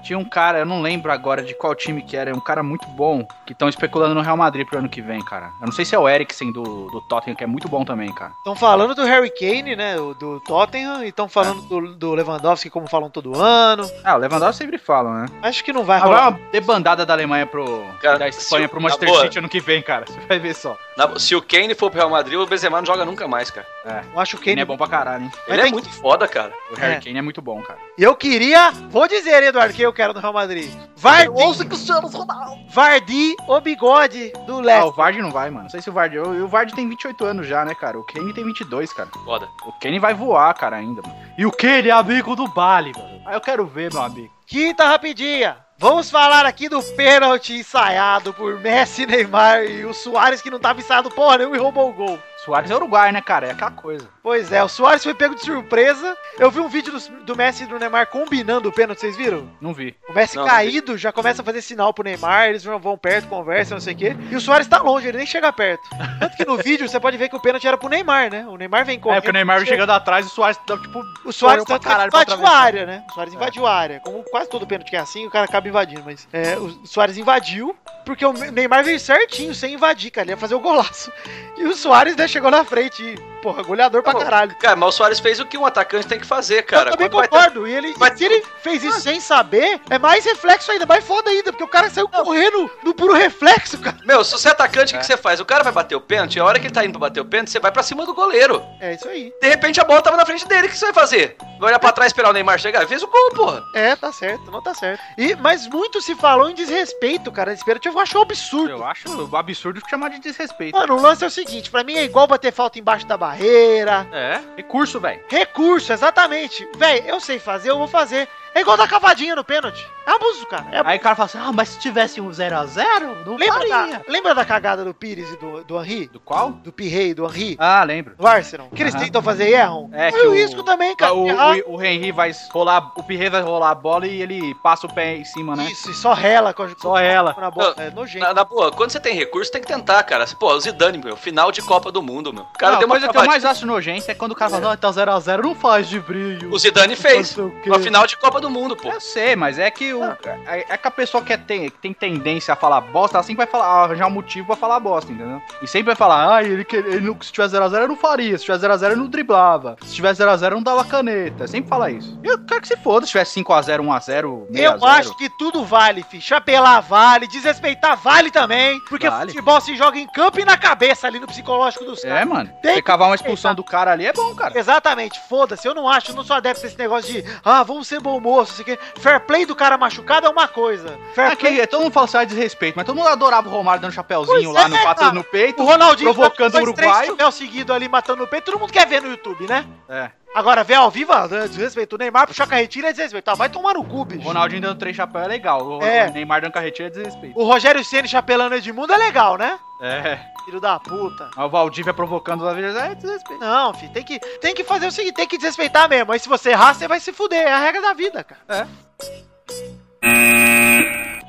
S4: Tinha um cara, eu não lembro agora de qual time que era, é um cara muito bom, que estão especulando no Real Madrid pro ano que vem, cara. Eu não sei se é o Eriksen do, do Tottenham, que é muito bom também, cara.
S5: Estão falando do Harry Kane, né, o- do Tottenham, e estão falando do, do Lewandowski, como falam todo ano.
S4: Ah, o Lewandowski sempre fala, né?
S5: Acho que não vai
S4: Ah, vai
S5: rolar.
S4: uma debandada da Alemanha pro.
S6: Cara,
S4: da Espanha
S6: se-
S4: pro
S6: na
S4: Manchester
S6: boa.
S4: City ano que vem, cara. Você vai ver só.
S6: Na- se o Kane for pro Real Madrid, o Benzema não joga nunca mais, cara.
S5: Eu acho o Kane
S4: Kane é bom pra caralho, hein?
S5: Mas
S6: Ele é
S5: tem-
S6: muito foda, cara.
S4: O Harry
S5: É.
S4: Kane é muito bom, cara.
S5: E eu queria, vou dizer, Eduardo, que eu quero do Real Madrid.
S7: Eu
S5: Vardy,
S7: ouço Cristiano Ronaldo.
S5: Vardy ou bigode do
S4: Ah, o
S5: Leicester.
S4: Vardy não vai, mano. Não sei se o Vardy. O, o Vardy tem 28 anos já, né, cara? O Kane tem 22, cara.
S6: Foda.
S4: O Kane vai voar, cara, ainda, mano.
S7: E o Kane é amigo do Bali, mano. Ah, eu quero ver, meu amigo.
S5: Quinta rapidinha. Vamos falar aqui do pênalti ensaiado por Messi, Neymar e o Soares, que não tava ensaiado porra nenhuma e roubou o gol.
S4: Soares é Uruguai, né, cara? É aquela coisa.
S5: Pois é, o Soares foi pego de surpresa. Eu vi um vídeo do, do Messi e do Neymar combinando o pênalti, vocês viram?
S4: Não vi.
S5: O Messi
S6: Não,
S5: caído já começa a fazer sinal pro Neymar, eles vão- vão perto, conversam, não sei o quê. E o Soares tá longe, ele nem chega perto. Tanto que no vídeo você pode ver que o pênalti era pro Neymar, né? O Neymar vem correndo.
S4: É, porque o Neymar chegando atrás, o Soares tá, tipo,
S5: O Soares
S4: correu pra
S5: tanto que
S4: caralho pra
S5: invadiu a
S4: atravessar.
S5: área, né? O Soares invadiu a área. Como quase todo pênalti que é assim, o cara acaba invadindo. Mas é, o Soares invadiu, porque o Neymar veio certinho, sem invadir, cara. Ele ia fazer o golaço. E o Soares, né, chegou na frente. E, porra, goleador pra
S6: Tá bom.
S5: caralho.
S6: Cara, mas o Soares fez o que um atacante tem que fazer, cara.
S5: eu também
S6: Quando vai ter-
S5: concordo. E ele,
S6: vai
S5: se ele fez isso sem saber, é mais reflexo ainda, mais foda ainda, porque o cara saiu correndo no puro reflexo, cara.
S6: Meu, se você é atacante, o que que você faz? O cara vai bater o pênalti, a hora que ele tá indo pra bater o pênalti, você vai pra cima do goleiro.
S5: É isso aí.
S6: De repente a bola tava na frente dele, o que você vai fazer? Vai olhar pra trás, esperar o Neymar chegar? Fez o gol, porra.
S5: É, tá certo, não tá certo. E, mas muito se falou em desrespeito, cara. Esse pênalti eu acho um absurdo.
S4: Eu acho absurdo chamar de desrespeito.
S5: Mano, o lance é o seguinte, pra mim é igual bater falta embaixo da barreira.
S6: É?
S4: Recurso, velho.
S5: Recurso, exatamente. Véi, eu sei fazer, eu vou fazer. É igual dar cavadinha no pênalti. É abuso, cara. É
S7: Aí o cara fala assim, ah, mas se tivesse um 0x0, não
S5: Lembra
S7: faria.
S5: da, lembra da cagada do Pires e do, do Henry?
S4: Do qual?
S5: Do Pirrei e do Henry?
S4: Ah, lembro.
S5: Do Arsenal? Que eles
S4: Aham.
S5: tentam fazer e erram?
S4: É
S5: Olha
S4: que
S5: o
S4: o-
S5: risco também,
S4: Ah,
S5: cara. É
S4: O,
S5: Errar,
S4: o, o Henry vai rolar, o Pirre vai rolar a bola e ele passa o pé em cima, né?
S5: Isso, e só rela com a
S4: Só ela.
S5: na bola. É nojento.
S6: Na, na boa, quando você tem recurso, tem que tentar, cara. Pô, o Zidane, meu, final de Copa do Mundo, meu. O cara
S4: Não, a
S6: deu uma
S4: coisa que eu
S6: cavadinha.
S4: mais acho nojenta é quando o cara fala,
S7: Não, tá 0x0, não faz de brilho.
S6: O Zidane fez.
S7: Não sei o quê.
S6: Uma final Ah. de Copa do Mundo, pô.
S4: Eu sei, mas é que o, é, é que a pessoa que é tem, que tem tendência a falar bosta, ela sempre vai falar, arranjar um motivo pra falar bosta, entendeu? E sempre vai falar, ah, ele, que- ele não- se tivesse 0x0 eu não faria, se tivesse 0x0 eu não driblava, se tivesse 0x0 eu não dava caneta, sempre fala isso. E eu quero que se foda se tivesse 5x0, 1x0, 6x0.
S5: Eu acho que tudo vale, fi. Chapelar vale, desrespeitar vale também. Porque
S4: Vale.
S5: futebol se joga em campo e na cabeça ali no psicológico dos
S4: É,
S5: caras.
S4: mano.
S5: Tem
S4: Você cavar uma expulsão do cara ali é bom, cara.
S5: Exatamente, foda-se, eu não acho, eu não sou adepto desse negócio de ah, vamos ser bom moço, isso aqui. Fair play do cara machucado é uma coisa. Fair
S4: É
S5: play.
S4: que todo mundo fala assim, ah, desrespeito, mas todo mundo adorava o Romário dando chapéuzinho
S5: Pois
S4: lá,
S5: é,
S4: no pato
S5: cara.
S4: no peito.
S5: O Ronaldinho
S4: provocando o uruguaio.
S5: chapéu seguido ali matando no peito, todo mundo quer ver no YouTube, né?
S4: É.
S5: Agora, ver ao vivo, ah, desrespeito. O Neymar puxou a carretilha é desrespeito. Ah, vai tomar no cu,
S4: O
S5: bicho.
S4: Ronaldinho dando três chapéus é legal, o
S5: É.
S4: o Neymar dando carretinha é desrespeito.
S5: O Rogério Ceni chapelando Edmundo é legal, né?
S4: É.
S5: Filho da puta.
S4: Mas O Valdívia provocando às vezes é desrespeito.
S5: Não, filho, tem que, tem que fazer o seguinte, tem que desrespeitar mesmo. Aí se você errar, você vai se fuder. É a regra da vida, cara.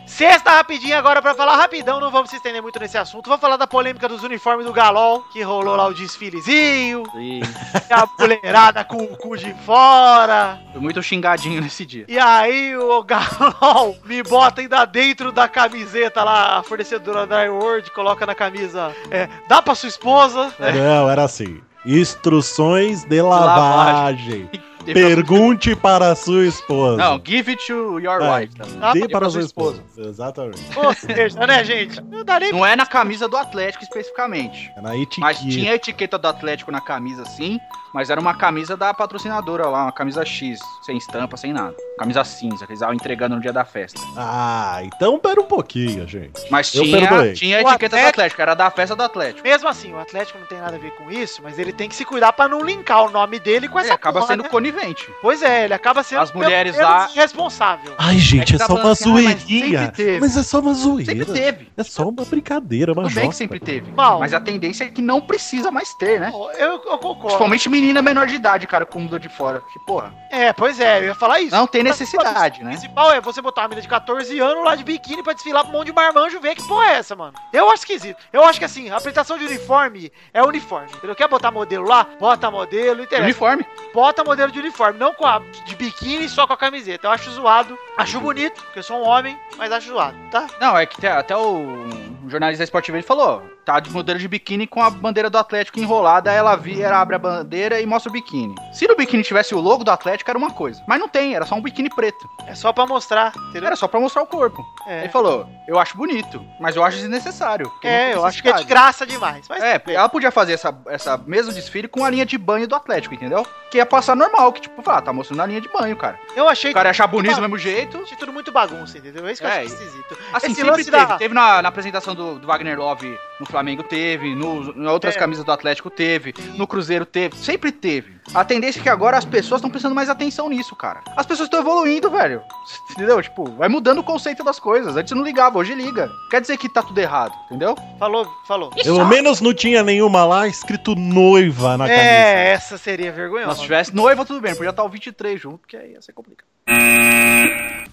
S5: Sexta rapidinha agora pra falar rapidão, não vamos se estender muito nesse assunto. Vamos falar da polêmica dos uniformes do Galol, que rolou lá o desfilezinho, e a mulherada com o cu de fora.
S4: Foi muito xingadinho nesse dia.
S5: E aí o Galol me bota ainda dentro da camiseta lá, a fornecedora da World coloca na camisa, é, dá pra sua esposa.
S4: É.
S3: Não, era assim. Instruções de lavagem. Pergunte para sua esposa.
S4: Não, give it to your
S3: É,
S4: wife. também.
S3: Dê
S5: Dá
S3: para sua esposa. Exatamente.
S5: Ou seja, né, gente? Não dá nem
S4: Não é na camisa do Atlético especificamente.
S3: É na
S4: Mas
S3: etiqueta.
S4: tinha a etiqueta do Atlético na camisa, sim, mas era uma camisa da patrocinadora lá, uma camisa X, sem estampa, sem nada. Camisa cinza, que eles estavam entregando no dia da festa.
S3: Ah, então pera um pouquinho, gente.
S4: Mas
S3: Eu perdoei.
S4: tinha, tinha a
S5: O
S4: etiqueta do
S5: Atlético-
S4: Atlético, era da festa do Atlético.
S5: Mesmo assim, o Atlético não tem nada a ver com isso, mas ele tem que se cuidar pra não linkar o nome dele com
S4: Ele
S5: essa
S4: É, acaba
S5: porra,
S4: sendo
S5: né?
S4: conivente.
S5: Pois é, ele acaba sendo
S4: As mulheres
S5: pelo menos
S4: lá-
S5: irresponsável.
S3: Ai, gente,
S4: É
S3: é,
S4: que tá
S3: só uma
S4: balanceando, mas
S3: zoeirinha.
S4: sempre teve.
S3: Mas é só uma
S4: Sempre
S3: zoeira.
S4: teve.
S3: É só uma brincadeira, uma
S4: Tudo bem que
S3: jota.
S4: sempre teve.
S5: Mal.
S4: Mas a tendência é que não precisa mais ter, né?
S5: Eu, eu concordo.
S4: Principalmente menina menor de idade, cara, com muda de fora. Que porra.
S5: É, pois é, eu ia falar isso.
S4: Não tem
S5: Mas
S4: necessidade,
S5: O
S4: né?
S5: principal é você botar uma menina de 14 anos lá de biquíni pra desfilar pra um monte de marmanjo ver que porra é essa, mano. Eu acho esquisito. Eu acho que assim, a apresentação de uniforme é uniforme. Ele quer botar modelo lá, bota modelo, não interessa.
S4: Uniforme.
S5: bota modelo de uniforme, não com a de biquíni, só com a camiseta. Eu acho zoado, acho
S4: Uhum.
S5: bonito, porque eu sou um homem, mas acho zoado, tá?
S4: Não, é que te- até o um jornalista esportivo ele falou, ó, tá de modelo de biquíni com a bandeira do Atlético enrolada, aí ela vira, ela abre a bandeira e mostra o biquíni. Se no biquíni tivesse o logo do Atlético era uma coisa, mas não tem, era só um biquíni preto.
S5: É só pra mostrar, entendeu?
S4: Era só pra mostrar o corpo.
S5: É,
S4: Ele falou, eu acho bonito, mas eu acho desnecessário. porque não
S5: É,
S4: tem
S5: eu acho que é de
S4: necessidade.
S5: graça demais. Mas
S4: É, ela podia fazer essa, essa mesmo desfile com a linha de banho do Atlético, entendeu? Que ia passar normal, que tipo, ah, tá mostrando a linha de banho, cara.
S5: eu achei, Tá.
S4: O cara ia achar bonito do mesmo jeito.
S5: achei tudo muito bagunça, entendeu? É isso que eu
S4: É,
S5: achei esquisito.
S4: Assim,
S5: Esse
S4: sempre
S5: lance
S4: teve.
S5: da-
S4: Teve na, na apresentação contratação do, do Wagner Love no Flamengo teve, no, em
S5: É.
S4: outras camisas do Atlético teve, no Cruzeiro teve, sempre teve. A tendência é que agora as pessoas estão prestando mais atenção nisso, cara. As pessoas estão evoluindo, velho. Entendeu? Tipo, vai mudando o conceito das coisas. Antes não ligava, hoje liga. Quer dizer que tá tudo errado, entendeu?
S5: Falou, falou.
S3: Pelo menos não tinha nenhuma lá escrito noiva na camisa.
S4: né?
S5: É, essa seria vergonhosa.
S4: Mas se tivesse noiva, tudo bem, podia estar o 23 junto, porque aí ia ser complicado.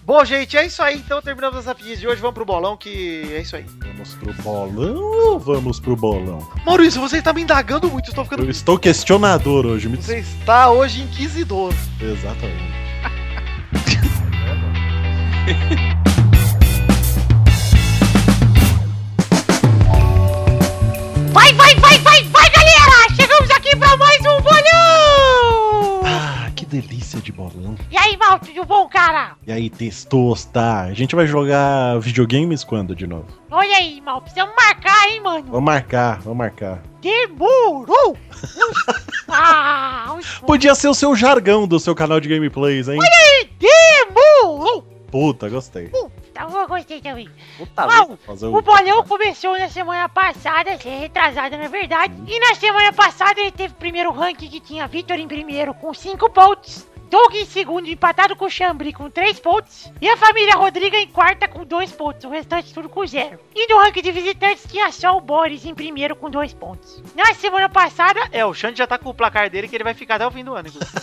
S5: Bom, gente, é isso aí. Então terminamos as rapidinhas de hoje. Vamos pro bolão, que é isso aí.
S3: Vamos pro bolão ou vamos pro bolão?
S5: Maurício, você tá me indagando muito. Eu tô ficando.
S3: Eu estou questionador hoje, me
S5: Você está hoje inquisidor.
S3: desculpa. Exatamente.
S8: Vai, vai, vai, vai, vai, galera! Chegamos aqui pra mais um bolão!
S3: Ah, que delícia de bolão.
S8: E aí, Mal, tudo bom, cara?
S3: E aí, testos, tá? A gente vai jogar videogames quando de novo?
S8: Olha aí, Mal, precisamos marcar, hein, mano?
S3: Vamos marcar, vamos marcar.
S8: Demorou! ah,
S3: Podia ser o seu jargão do seu canal de gameplays, hein?
S8: demorou!
S3: Puta, gostei.
S4: Uh,
S8: Tá, eu gostei também.
S6: Puta
S8: Mal,
S3: Fazer
S4: um
S8: o bolão começou na semana passada, assim, retrasada na verdade. E na semana passada ele teve o primeiro ranking que tinha Vitor em primeiro com 5 pontos. Doug em segundo, empatado com o Chambri com 3 pontos. E a família Rodriga em quarta com 2 pontos. O restante tudo com zero. E no ranking de visitantes tinha só o Boris em primeiro com 2 pontos. Na semana passada,
S5: É, o Xande já tá com o placar dele que ele vai ficar até o fim do ano. inclusive.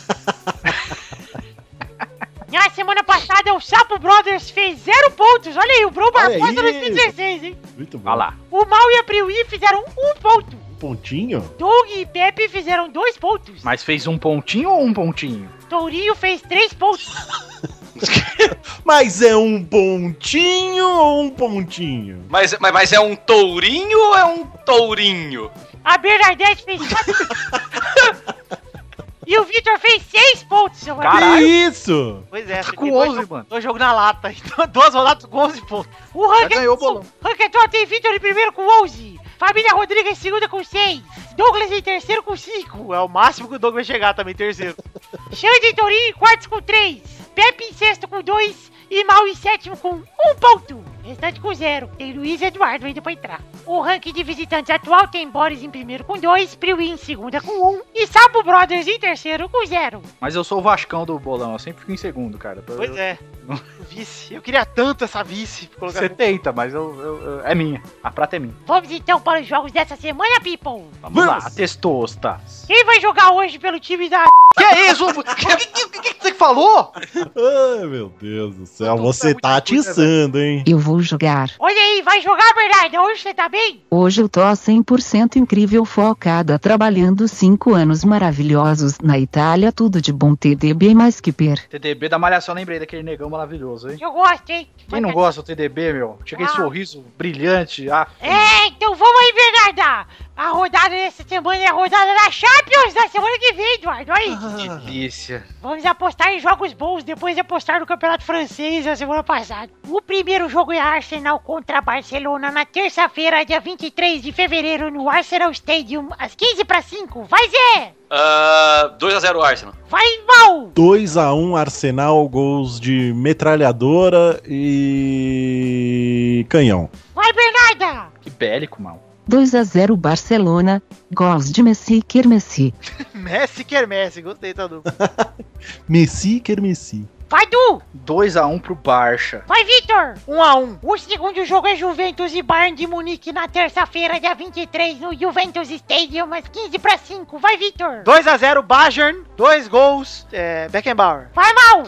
S8: na semana passada o Sapo Brothers fez 0 pontos. Olha aí, o Bro
S3: Olha
S8: Barbosa
S3: aí.
S8: 2016, hein?
S3: Muito bom.
S4: Vai lá.
S8: O Mal e a Priui fizeram 1 um ponto.
S3: Pontinho?
S8: Doug e Pepe fizeram 2 pontos.
S4: Mas fez um pontinho ou um pontinho?
S8: Tourinho fez três pontos.
S3: Mas é um pontinho ou um pontinho?
S6: Mas, mas, mas é um tourinho ou é um tourinho?
S8: A Bernadette fez quatro. e o Victor fez seis pontos, seu amigo.
S4: Caralho.
S3: Que isso?
S5: Pois é,
S4: Tá
S5: você
S4: com
S5: tem dois
S4: 11,
S5: jo-
S4: mano.
S5: Dois jogos na lata. Então, duas rodadas com 11 pontos.
S8: O
S4: Já ganhou o bolão.
S8: Ranketon tem Victor em primeiro com 11. Família Rodrigues em segunda com seis. Douglas em terceiro com cinco.
S5: É o máximo que o Doug vai chegar também, terceiro.
S8: Xande e Tourinho em quartos com três. Pepe em sexto com dois. E Mal em sétimo com um ponto. Restante com zero. Tem Luiz e Eduardo ainda pra entrar. O ranking de visitantes atual tem Boris em primeiro com dois. Priui em segunda com um. E Sapo Brothers em terceiro com zero.
S4: Mas eu sou o Vascão do bolão, eu sempre fico em segundo, cara. Eu-
S5: Pois é. O Vice. Eu queria tanto essa vice. pra Colocar
S4: Você tenta, mas eu, eu- eu- é minha. A prata é minha.
S8: Vamos então para os jogos dessa semana, people.
S4: Vamos
S3: Vamos.
S4: lá, testosta.
S8: Quem vai jogar hoje pelo time da...
S4: Que é isso? O que, que- que- que você falou?
S3: Ai, meu Deus do céu.
S4: Tudo é
S3: Você
S4: muito
S3: tá
S4: coisa,
S3: atiçando, hein?
S9: Eu vou jogar.
S8: Olha aí, vai jogar, Bernardo. Hoje você tá bem?
S9: Hoje eu tô 100% incrível focada, trabalhando 5 anos maravilhosos na Itália, tudo de bom TDB mais que per.
S4: TDB da Malhação, lembrei daquele negão maravilhoso, hein?
S8: Eu gosto, hein?
S4: Quem não gosta do TDB, meu? Tinha aquele
S8: Ah.
S4: sorriso brilhante. Ah,
S8: É, então vamos aí, Bernarda! A rodada dessa semana é a rodada da Champions da semana que vem, Eduardo. Aí,
S5: Ah.
S4: que delícia.
S8: vamos apostar em jogos bons depois de apostar no Campeonato Francês da semana passada. O primeiro jogo é Arsenal contra Barcelona na terça-feira, dia 23 de fevereiro, no Arsenal Stadium, às 15 para 5. Vai, Zé!
S6: Ah, 2x0 Arsenal.
S8: Vai, mal!
S3: 2x1 Arsenal, gols de metralhadora e canhão.
S8: Vai, Bernarda!
S4: Que bélico, mano.
S9: 2 a 0 Barcelona, gols de Messi, quer Messi.
S5: Messi quer Messi. Gostei, tá, Doug?
S3: Messi quer Messi.
S8: Vai, Du!
S4: 2x1 pro Barça.
S8: Vai, Vitor!
S5: Um a um.
S8: O segundo jogo é Juventus e Bayern de Munique na terça-feira, dia 23, no Juventus Stadium, às 15 para 5. Vai, Vitor!
S5: 2x0 Bajern. Dois gols. É, Beckenbauer.
S8: Vai, Mal!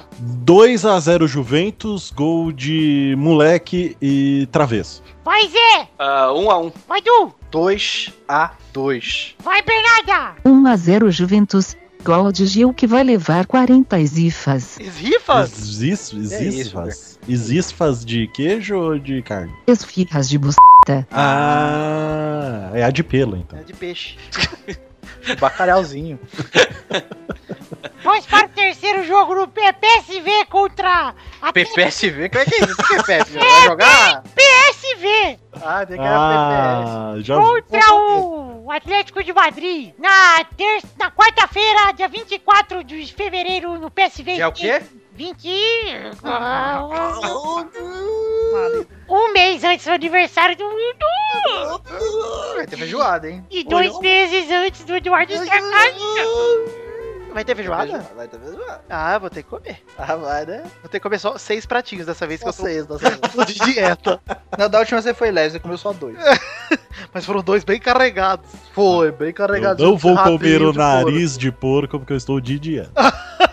S3: 2x0 Juventus, gol de moleque e travesso.
S8: Vai, Zé!
S6: 1x1.
S8: Vai, Du!
S4: 2x2.
S8: Vai, Bernarda!
S9: 1 a 0 Juventus, gol de Gil que vai levar 40 zifas.
S5: Esrifas?
S3: Existe,
S4: isso,
S3: faz. Existe faz de queijo ou de carne?
S9: Esfirras de bus...
S3: Ah, é a de pelo então.
S5: É de peixe.
S4: Bacalhauzinho.
S8: Vamos para o terceiro jogo no PPSV contra a
S4: PPSV, como é que é isso? Que PPSV?
S5: Vai jogar?
S8: PSV
S5: Ah, tem que era
S3: Ah, já
S8: contra o Atlético de Madrid na, ter... na quarta-feira, dia 24 de
S5: É
S4: é
S8: fevereiro, no PSV.
S4: Que é o quê?
S8: 20. Ah, Um mês antes do aniversário do Dudu!
S4: Vai ter feijoada, hein?
S8: E dois meses antes do Eduardo estar casado.
S5: Vai ter feijoada?
S4: Vai ter feijoada.
S5: Ah, vou ter que comer.
S4: Ah, vai, né?
S5: Vou ter que comer só seis pratinhos dessa vez que eu sei.
S4: Seis dessa vez.
S5: Tô de dieta.
S4: Não, da última você foi leve, você comeu só dois.
S5: Mas foram dois bem carregados.
S4: Foi, bem
S3: Eu
S4: carregado.
S3: não vou
S5: rabinho
S3: comer o
S5: de porco.
S3: nariz de porco porque eu estou de dieta.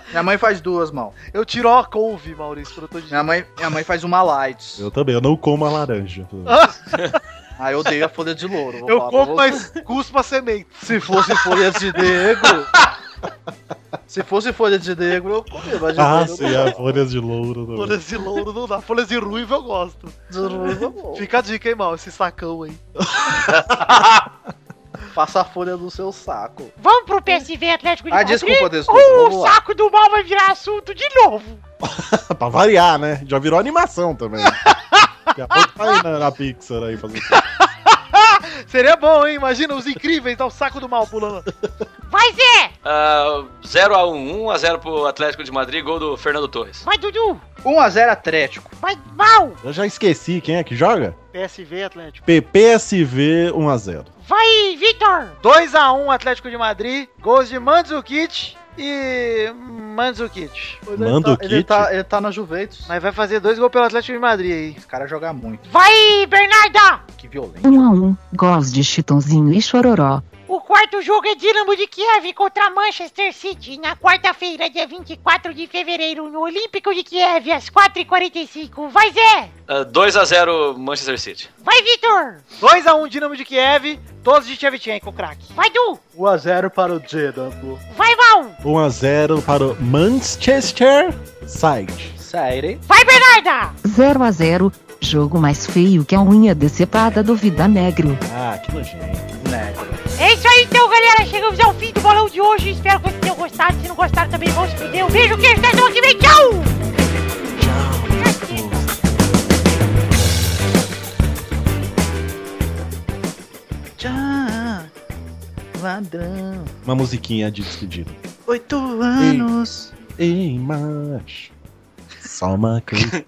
S4: Minha mãe faz duas, mal.
S5: Eu tiro a couve, Maurício, quando eu tô de
S4: Minha mãe, minha mãe faz uma light.
S3: Eu também, eu não como a laranja.
S4: Ah, eu odeio a folha de louro. vou
S5: Eu
S4: falar pra
S5: como,
S4: você.
S5: mas cuspo a semente.
S7: Se fosse folha de negro. Se fosse folha de negro, eu comia, mas de
S3: Ah,
S7: louro
S3: sim, as folhas de louro. também.
S5: Folhas de louro não dá. Folhas de ruivo eu gosto.
S7: eu não.
S5: Fica a dica, hein, mal, esse sacão aí.
S7: Passa a folha no seu saco.
S8: Vamos pro PSV Atlético de
S4: Ah,
S8: Madrid?
S4: desculpa, desculpa.
S7: Uh,
S8: Ou
S4: Vamos
S8: o
S4: lá.
S8: saco do mal vai virar assunto de novo.
S3: pra variar, né? Já virou animação também. Daqui a pouco tá aí na, na Pixar aí fazendo.
S5: Seria bom, hein? Imagina os incríveis, dá o saco do mal pulando.
S8: Vai, Zé!
S6: 0x1, 1x0 pro Atlético de Madrid, gol do Fernando Torres.
S8: Vai, Dudu!
S4: 1x0 é Atlético.
S8: Vai, Mal!
S3: Eu já esqueci quem é que joga?
S5: PSV, Atlético.
S3: PPSV 1x0.
S8: Vai, Vitor!
S5: 2x1 Atlético de Madrid, gols de Mandzukic e Mandzukic.
S7: Pois
S3: Manda o
S7: ele, tá, ele,
S3: kit?
S7: tá, ele tá na Juventus.
S5: Mas vai fazer dois gols pelo Atlético de Madrid aí.
S4: Esse cara joga muito.
S8: Vai, Bernarda!
S4: Que violento.
S9: 1 a 1 gols de Chitãozinho e Chororó.
S8: O quarto jogo é Dinamo de Kiev contra Manchester City na quarta-feira, dia 24 de fevereiro, no Olímpico de Kiev, às 4h45. Vai, Zé!
S6: Ah, 2x0 Manchester City.
S8: Vai, Vitor!
S5: 2x1 Dinamo de Kiev, todos de Shevchenko, craque.
S8: Vai, Du!
S7: 1x0 para o Dinamo.
S8: Vai, Mal!
S3: 1x0 para o Manchester Side.
S4: Sério?
S8: Vai, Bernarda!
S9: 0 a 0 jogo mais feio que a unha decepada do Vida Negro.
S3: Ah, que nojento.
S4: Né?
S8: É isso aí, então, galera. Chegamos ao fim do bolão de hoje. Espero que vocês tenham gostado. Se não gostaram, também vão se fuder. Um beijo, queijo, até semana que vem. Tchau! Tchau.
S7: Tchau, ladrão.
S3: Uma musiquinha de despedida.
S7: Oito anos.
S3: Ei, macho. Só uma coisa.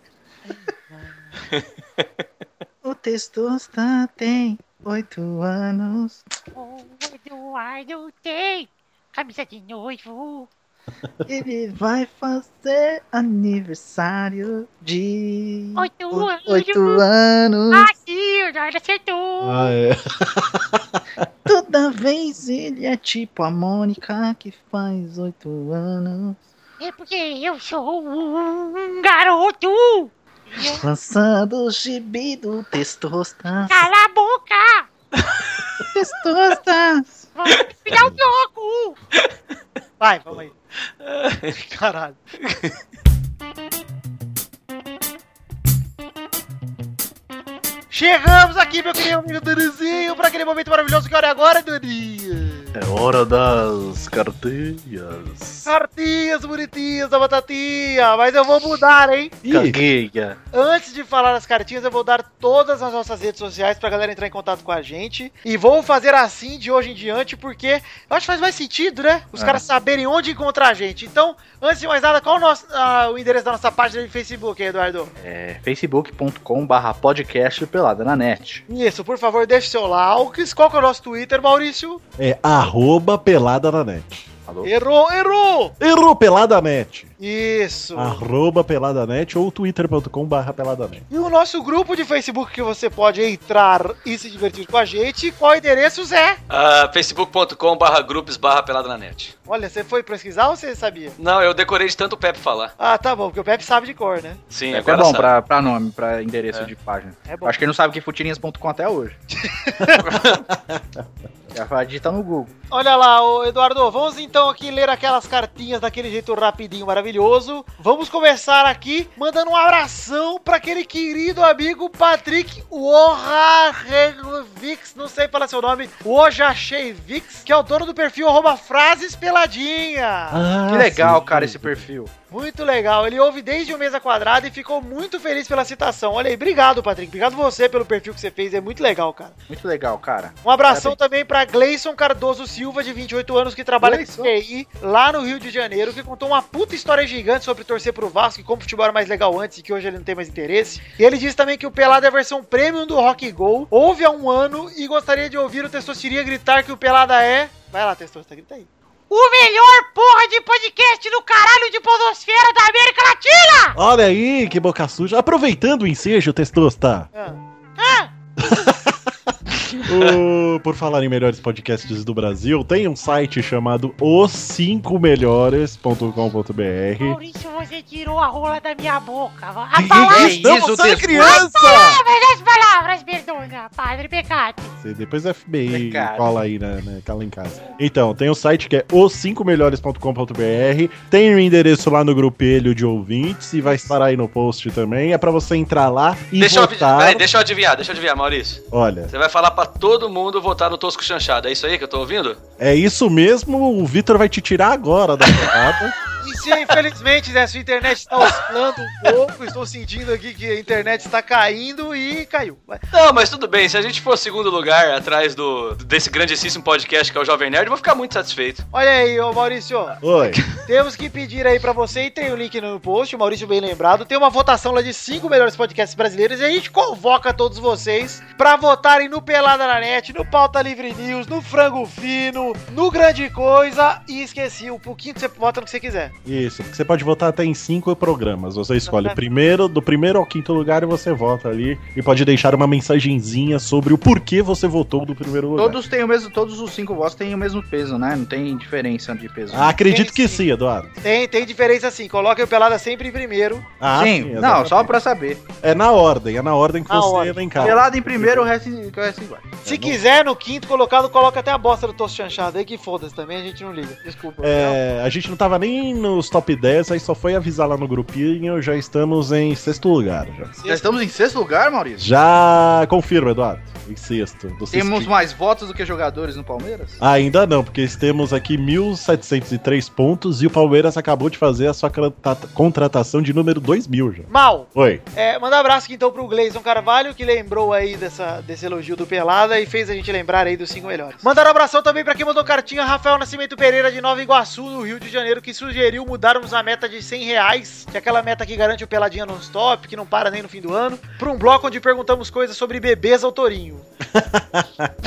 S7: O testosta tem oito anos.
S8: O Eduardo tem camisa de noivo.
S7: Ele vai fazer aniversário de
S8: Oito
S7: o-
S8: anos.
S7: oito anos.
S8: Aqui, o Eduardo acertou.
S3: ah, é.
S7: Toda vez ele é tipo a Mônica que faz oito anos.
S8: É porque eu sou um garoto.
S7: Lançando o gibi do testosta.
S8: Cala a boca.
S7: Testosta.
S8: Vamos virar o jogo.
S5: Vai, vamos aí. Caralho. Chegamos aqui, meu querido amigo Danizinho, para aquele momento maravilhoso que hora é agora, Dani.
S3: É hora das carteiras.
S5: Cartinhas bonitinhas da batatinha, mas eu vou mudar, hein?
S3: Ih,
S5: Antes de falar as cartinhas, eu vou dar todas as nossas redes sociais pra galera entrar em contato com a gente. E vou fazer assim de hoje em diante, porque eu acho que faz mais sentido, né? Os caras saberem onde encontrar a gente. Então, antes de mais nada, qual o, nosso, ah, o endereço da nossa página de Facebook, hein, Eduardo?
S4: É facebook.com/barra podcast pelada na net.
S5: Isso, por favor, deixe seu like. Qual que é o nosso Twitter, Maurício?
S3: é arroba pelada na net.
S5: Errou, errou!
S3: Errou pelada net.
S5: Isso.
S3: Arroba pelada net ou twitter.com barra pelada net.
S5: E o nosso grupo de Facebook que você pode entrar e se divertir com a gente. Qual o endereço, Zé?
S6: Ah, facebook.com barra grupos barra pelada na net.
S5: Olha, você foi pesquisar ou você sabia?
S6: Não, eu decorei de tanto o Pepe falar.
S5: Ah, tá bom, porque o Pepe sabe de cor, né?
S6: Sim,
S4: É, é
S6: agora
S4: bom
S6: sabe.
S4: pra, pra nome, pra endereço
S6: É.
S4: de página.
S5: É bom.
S4: Acho que ele não sabe o que é futirinhas.com até hoje. Já vai digitar no Google.
S5: Olha lá, ô Eduardo, vamos então aqui ler aquelas cartinhas daquele jeito rapidinho, maravilhoso. Vamos começar aqui mandando um abração para aquele querido amigo Patrick Wojarevics, não sei falar seu nome, Wojachevics, que é o dono do perfil arroba frases peladinha.
S3: Ah,
S7: Ah,
S4: Que legal, cara, esse perfil.
S5: Muito legal. Ele ouve desde o Mesa Quadrada e ficou muito feliz pela citação. Olha aí, obrigado, Patrick. Obrigado você pelo perfil que você fez. É muito legal, cara.
S4: Muito legal, cara.
S5: Um abração também pra Gleison Cardoso Silva, de 28 anos, que trabalha
S4: Gleison.
S5: com TI lá no Rio de Janeiro, que contou uma puta história gigante sobre torcer pro Vasco e como o futebol era mais legal antes e que hoje ele não tem mais interesse. E ele diz também que o Pelado é a versão premium do Rock Go, houve há um ano e gostaria de ouvir o Testosteria gritar que o Pelada é... Vai lá, Testosta, grita aí.
S8: O melhor porra de podcast do caralho de podosfera da América Latina!
S3: Olha aí, que boca suja. Aproveitando o ensejo, Testosta.
S5: Ah,
S3: o- por falar em melhores podcasts do Brasil, tem um site chamado os5melhores.com.br.
S8: Maurício, você tirou a rola da minha boca. A
S3: Que
S8: palavra...
S4: isso, Testosta?
S3: criança!
S8: Palavras, as palavras, perdona, padre pecado.
S3: Você- Depois é o FBI
S4: Cara.
S3: cola aí, né, né? Cala em casa. Então, tem o site que é os5melhores.com.br. Tem o endereço lá no grupelho de ouvintes e vai estar aí no post também. É pra você entrar lá e
S6: Deixa eu, adiv-
S3: votar.
S6: peraí, deixa eu adivinhar, deixa eu adivinhar, Maurício.
S3: Olha,
S6: Você vai falar pra todo mundo votar no Tosco Chanchado, é isso aí que eu tô ouvindo?
S3: é isso mesmo. O Vitor vai te tirar agora da rodada.
S5: E se, infelizmente, né, sua internet está oscilando um pouco, estou sentindo aqui que a internet está caindo e caiu. Vai.
S6: Não, mas tudo bem, se a gente for segundo lugar atrás do desse grandíssimo podcast que é o Jovem Nerd, eu vou ficar muito satisfeito.
S5: Olha aí, ô Maurício,
S3: Oi.
S5: Temos que pedir aí pra você, e tem o link no post, o Maurício bem lembrado, tem uma votação Tá, lá de cinco melhores podcasts brasileiros, e a gente convoca todos vocês pra votarem no Pelada na Net, no Pauta Livre News, no Frango Fino, no Grande Coisa, e esqueci, o pouquinho que você vota no que você quiser.
S3: Isso, porque você pode votar até em cinco programas. Você escolhe
S5: Uhum.
S3: o primeiro, do primeiro ao quinto lugar e você vota ali. E pode deixar uma mensagenzinha sobre o porquê você votou do primeiro lugar.
S4: Todos têm o mesmo, todos os cinco votos têm o mesmo peso, né? Não tem diferença de peso.
S3: Ah, acredito que
S5: Tem
S3: sim, Eduardo.
S5: Tem, tem diferença sim, coloquem o Pelada sempre em primeiro.
S3: Ah,
S4: sim, não,
S3: exatamente.
S4: só pra saber.
S3: É na ordem, é na ordem que
S5: Na
S3: você
S5: ordem.
S3: vem cá.
S4: Pelado em primeiro, o resto, o resto igual.
S3: É,
S5: Se
S3: não-
S5: quiser, no quinto colocado, coloca até a bosta do Tosso Chanchado aí, que foda-se também, a gente não liga. Desculpa.
S3: É, a gente não tava nem nos top 10, aí só foi avisar lá no grupinho, já estamos em sexto lugar. Já,
S4: Já estamos em sexto lugar, Maurício?
S3: já confirma, Eduardo. Em sexto. do
S4: Temos
S3: sexto.
S4: mais votos do que jogadores no Palmeiras?
S3: Ainda não, porque temos aqui 1.703 pontos e o Palmeiras acabou de fazer a sua crata- contratação de número 2.000 já.
S5: Mal,
S3: Oi.
S5: É, mandar um abraço aqui então pro Gleison Carvalho, que lembrou aí dessa, desse elogio do Pelada e fez a gente lembrar aí dos cinco melhores. Mandar um abração também pra quem mandou cartinha, Rafael Nascimento Pereira, de Nova Iguaçu, no Rio de Janeiro, que sugeriu mudarmos a meta de 100 reais, que é aquela meta que garante o Peladinha non-stop, que não para nem no fim do ano, pra um bloco onde perguntamos coisas sobre bebês ao tourinho.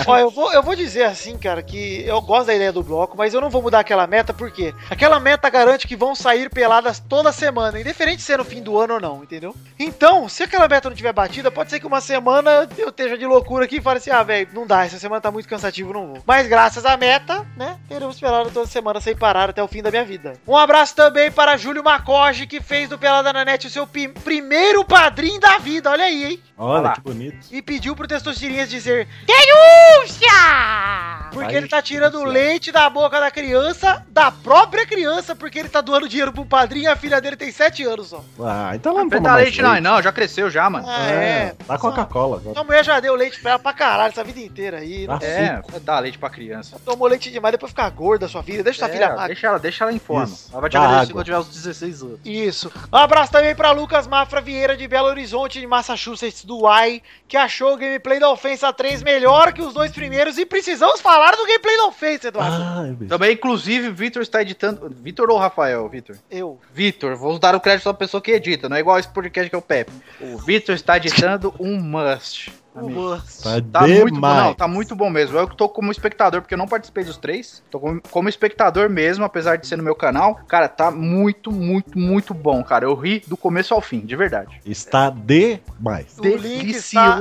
S5: Ó, eu vou, eu vou dizer assim, cara, que eu gosto da ideia do bloco, mas eu não vou mudar aquela meta, por quê? Aquela meta garante que vão sair peladas toda semana, indiferente de ser no fim do ano ou não, entendeu? Então, se aquela meta não tiver batida, pode ser que uma semana eu esteja de loucura aqui e fale assim, ah, velho, não dá, essa semana tá muito cansativo, não vou. Mas graças à meta, né, teremos pelada toda semana sem parar até o fim da minha vida. Um abraço também para Júlio Macoge, que fez do Pelada na Net o seu pi- primeiro padrinho da vida, olha aí, hein?
S3: Olha,
S4: lá.
S3: que bonito.
S5: E pediu pro Testosterinhas dizer
S8: Puxa!
S5: porque
S3: Vai,
S5: ele tá tirando o
S3: Luciano.
S5: leite da boca da criança, da própria criança, porque ele tá doando dinheiro pro padrinho e a filha dele tem 7 anos só.
S3: Ah, então ela não
S4: Peta
S3: toma mais
S4: leite não, não, já cresceu já, mano.
S5: Ah,
S3: É,
S5: é.
S3: dá Coca-Cola tá agora.
S5: Sua mulher já deu leite pra ela pra caralho essa vida inteira aí.
S3: Dá
S4: é,
S3: suco.
S4: dá leite pra criança.
S5: Tomou leite demais, depois fica gorda sua filha. Deixa sua
S4: É,
S5: filha magra.
S4: deixa ela, deixa ela em forma.
S3: Isso.
S4: Ela vai te
S3: Dá
S4: agradecer
S3: água.
S4: quando tiver os 16 anos.
S5: Isso. Um abraço também pra Lucas Mafra Vieira de Belo Horizonte, de Massachusetts, do Uai, que achou o gameplay da Ofensa 3 melhor que os dois primeiros e precisamos falar do gameplay da Ofensa, Eduardo.
S3: Ah, é mesmo.
S4: Também, inclusive, o Vitor está editando. Vitor ou Rafael, Vitor?
S5: Eu.
S4: Vitor, vou dar o crédito à pessoa que edita, não é igual esse podcast que é o Pepe. O Vitor está editando um must. amigo.
S3: Tá,
S4: Tá
S3: demais.
S4: muito bom, não, tá muito bom mesmo. Eu que tô como espectador, porque eu não participei dos três. Tô como, como espectador mesmo, apesar de ser no meu canal. Cara, tá muito, muito, muito bom, cara. Eu ri do começo ao fim, de verdade.
S3: Está demais.
S5: O link, tá? está,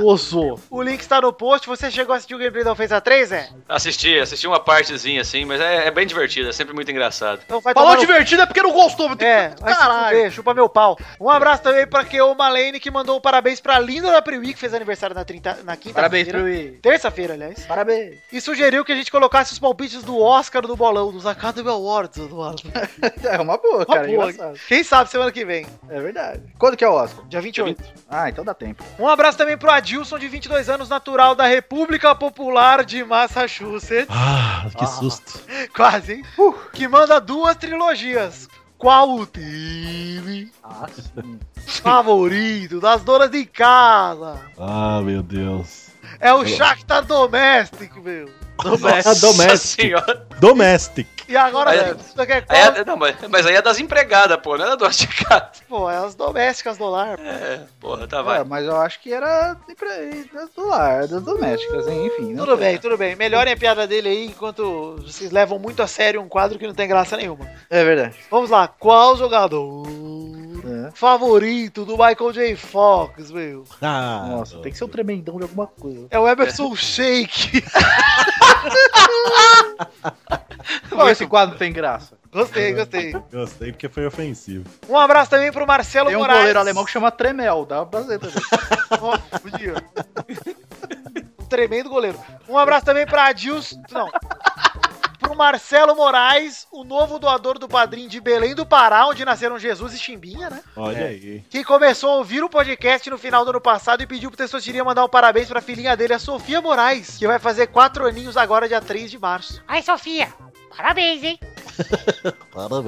S5: o link está no post. Você chegou a assistir o gameplay da Ofensa 3, é?
S6: Assisti, assisti uma partezinha assim, mas é, é bem divertido, é sempre muito engraçado.
S5: Então vai
S4: Falou
S5: tomar no
S4: divertido é porque não gostou, meu
S5: É, vai se
S4: Caralho.
S5: fuder, chupa meu pau. Um abraço também pra Keoma Lane, que mandou um parabéns pra Linda da Priwi, que fez aniversário na, 30 na quinta-feira.
S4: Parabéns, Trui.
S5: Terça-feira, aliás.
S4: Parabéns.
S5: E sugeriu que a gente colocasse os palpites do Oscar do bolão, dos Academy Awards, Eduardo.
S4: É uma boa,
S5: Uma
S4: cara.
S5: boa.
S4: engraçado.
S5: Quem sabe semana que vem,
S4: É verdade. Quando que é o Oscar?
S5: dia 28.
S4: Ah, então dá tempo.
S5: Um abraço também pro Adilson, de 22 anos, natural da República Popular de Massachusetts.
S3: Ah, que susto.
S5: Quase, hein? Que manda duas trilogias. Qual o time
S7: Ah, sim.
S5: favorito das donas de casa?
S3: Ah, meu Deus.
S5: É o Shakhtar doméstico, meu.
S3: Ah, domestic.
S6: senhora.
S3: Domestic.
S5: E agora
S6: Aí-
S5: é, você quer
S6: Aí
S5: qual?
S6: é- não, mas, mas aí é das empregadas, pô, não é da dona de casa.
S5: Pô, é as domésticas do lar. pô.
S6: É, porra, tá,
S4: É,
S6: vai.
S4: mas eu acho que era de pre- das do lar, das domésticas, hein? enfim. né? não
S5: Tudo
S4: sei.
S5: bem, tudo bem. Melhorem a piada dele aí enquanto vocês levam muito a sério um quadro que não tem graça nenhuma.
S4: É verdade.
S5: Vamos lá, qual jogador favorito do Michael J. Fox, meu?
S3: Ah,
S7: Nossa, tem que ser um tremendão de alguma coisa.
S5: É o Emerson Shake.
S4: Bom, esse quadro tem graça.
S5: Gostei, gostei.
S3: Gostei porque foi ofensivo.
S5: Um abraço também pro Marcelo
S4: Tem um
S5: Moraes.
S4: goleiro alemão que chama Tremel, dá pra fazer também.
S5: Ó, podia. Um tremendo goleiro. Um abraço também pra Adilson. Não. Pro Marcelo Moraes, o novo doador do padrinho de Belém do Pará, onde nasceram Jesus e Chimbinha, né?
S3: Olha aí.
S5: Que começou a ouvir o podcast no final do ano passado e pediu pro Testostirinha mandar um parabéns pra filhinha dele, a Sofia Moraes, que vai fazer quatro aninhos agora, dia 3 de março.
S8: Ai, Sofia, parabéns, hein?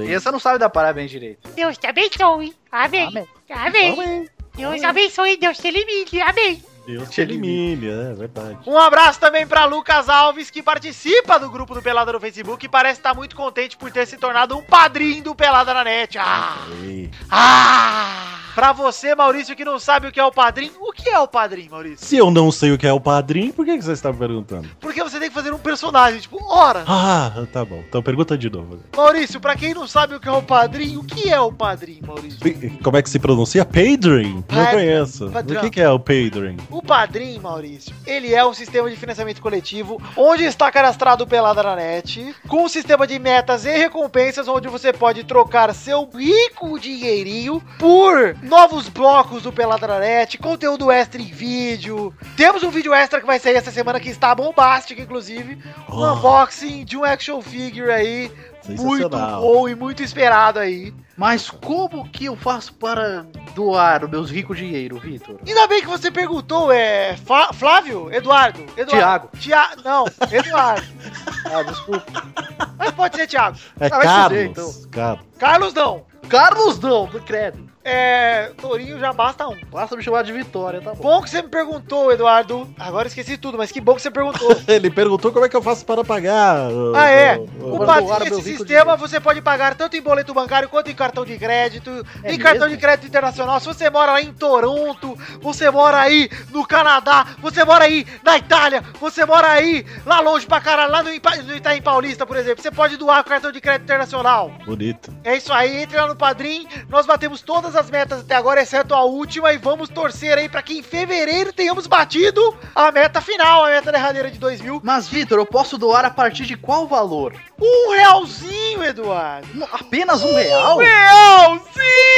S4: E essa não sabe dar parabéns direito.
S8: Deus te abençoe. Amém.
S7: Amém.
S8: Amém. Deus abençoe, Deus te elimine. Amém.
S3: Deus te elimine, é verdade.
S5: Um abraço também pra Lucas Alves, que participa do grupo do Pelada no Facebook e parece estar muito contente por ter se tornado um padrinho do Pelada na Net. Ah!
S3: Ei.
S5: Ah! Pra você, Maurício, que não sabe o que é o padrinho, o que é o padrinho, Maurício?
S3: Se eu não sei o que é o padrinho, por que, que você está me perguntando?
S5: Porque você tem que fazer um personagem, tipo, ora!
S3: Ah, tá bom. Então pergunta de novo.
S5: Maurício, pra quem não sabe o que é o padrinho, o que é o padrinho, Maurício?
S3: Pe- Como é que se pronuncia? Padrin? Não
S5: Padrin,
S3: conheço.
S5: padrão.
S3: O que, que é o Padrin?
S5: O padrinho, Maurício, ele é um sistema de financiamento coletivo onde está cadastrado o Pelada na Net, com um sistema de metas e recompensas onde você pode trocar seu rico dinheirinho por novos blocos do Pelada na Net, conteúdo extra em vídeo. Temos um vídeo extra que vai sair essa semana que está bombástico, inclusive. Um
S3: Oh.
S5: unboxing de um action figure aí, muito
S3: Sensacional.
S5: bom e muito esperado aí.
S4: Mas como que eu faço para doar os meus ricos dinheiro, Vitor?
S5: Ainda bem que você perguntou, é. Fa- Flávio? Eduardo? Eduardo.
S4: Tiago.
S5: Tia... Não, Eduardo.
S4: Ah, desculpa.
S5: Mas pode ser Thiago. Ah,
S3: É
S4: vai
S3: Carlos.
S4: fuder, então.
S3: Carlos.
S5: Carlos não.
S4: Carlos não, do credo.
S5: É. Tourinho já basta um.
S4: Basta me chamar de Vitória, tá bom.
S5: Bom que você me perguntou, Eduardo. Agora eu esqueci tudo, mas que bom que você perguntou.
S3: Ele perguntou como é que eu faço para pagar. o-
S5: Ah, é.
S3: o- o-
S5: O
S4: Agora
S5: padrinho
S4: doaram
S5: esse
S4: meu rico
S5: sistema você pode pagar tanto em boleto bancário quanto em cartão de crédito.
S4: É
S5: em cartão
S4: mesmo?
S5: de crédito internacional. Se você mora lá em Toronto, você mora aí no Canadá, você mora aí na Itália, você mora aí lá longe pra caralho, lá no, Ipa- no Itaim Paulista, por exemplo. Você pode doar o cartão de crédito internacional.
S3: Bonito.
S5: É isso aí, entre lá no Padrim. Nós batemos todas as metas até agora, exceto a última, e vamos torcer aí pra que em fevereiro tenhamos batido a meta final, a meta derradeira de 2 mil.
S4: Mas, Vitor, eu posso doar a partir de qual valor?
S5: Um realzinho, Eduardo!
S4: Um- apenas um real?
S5: Realzinho!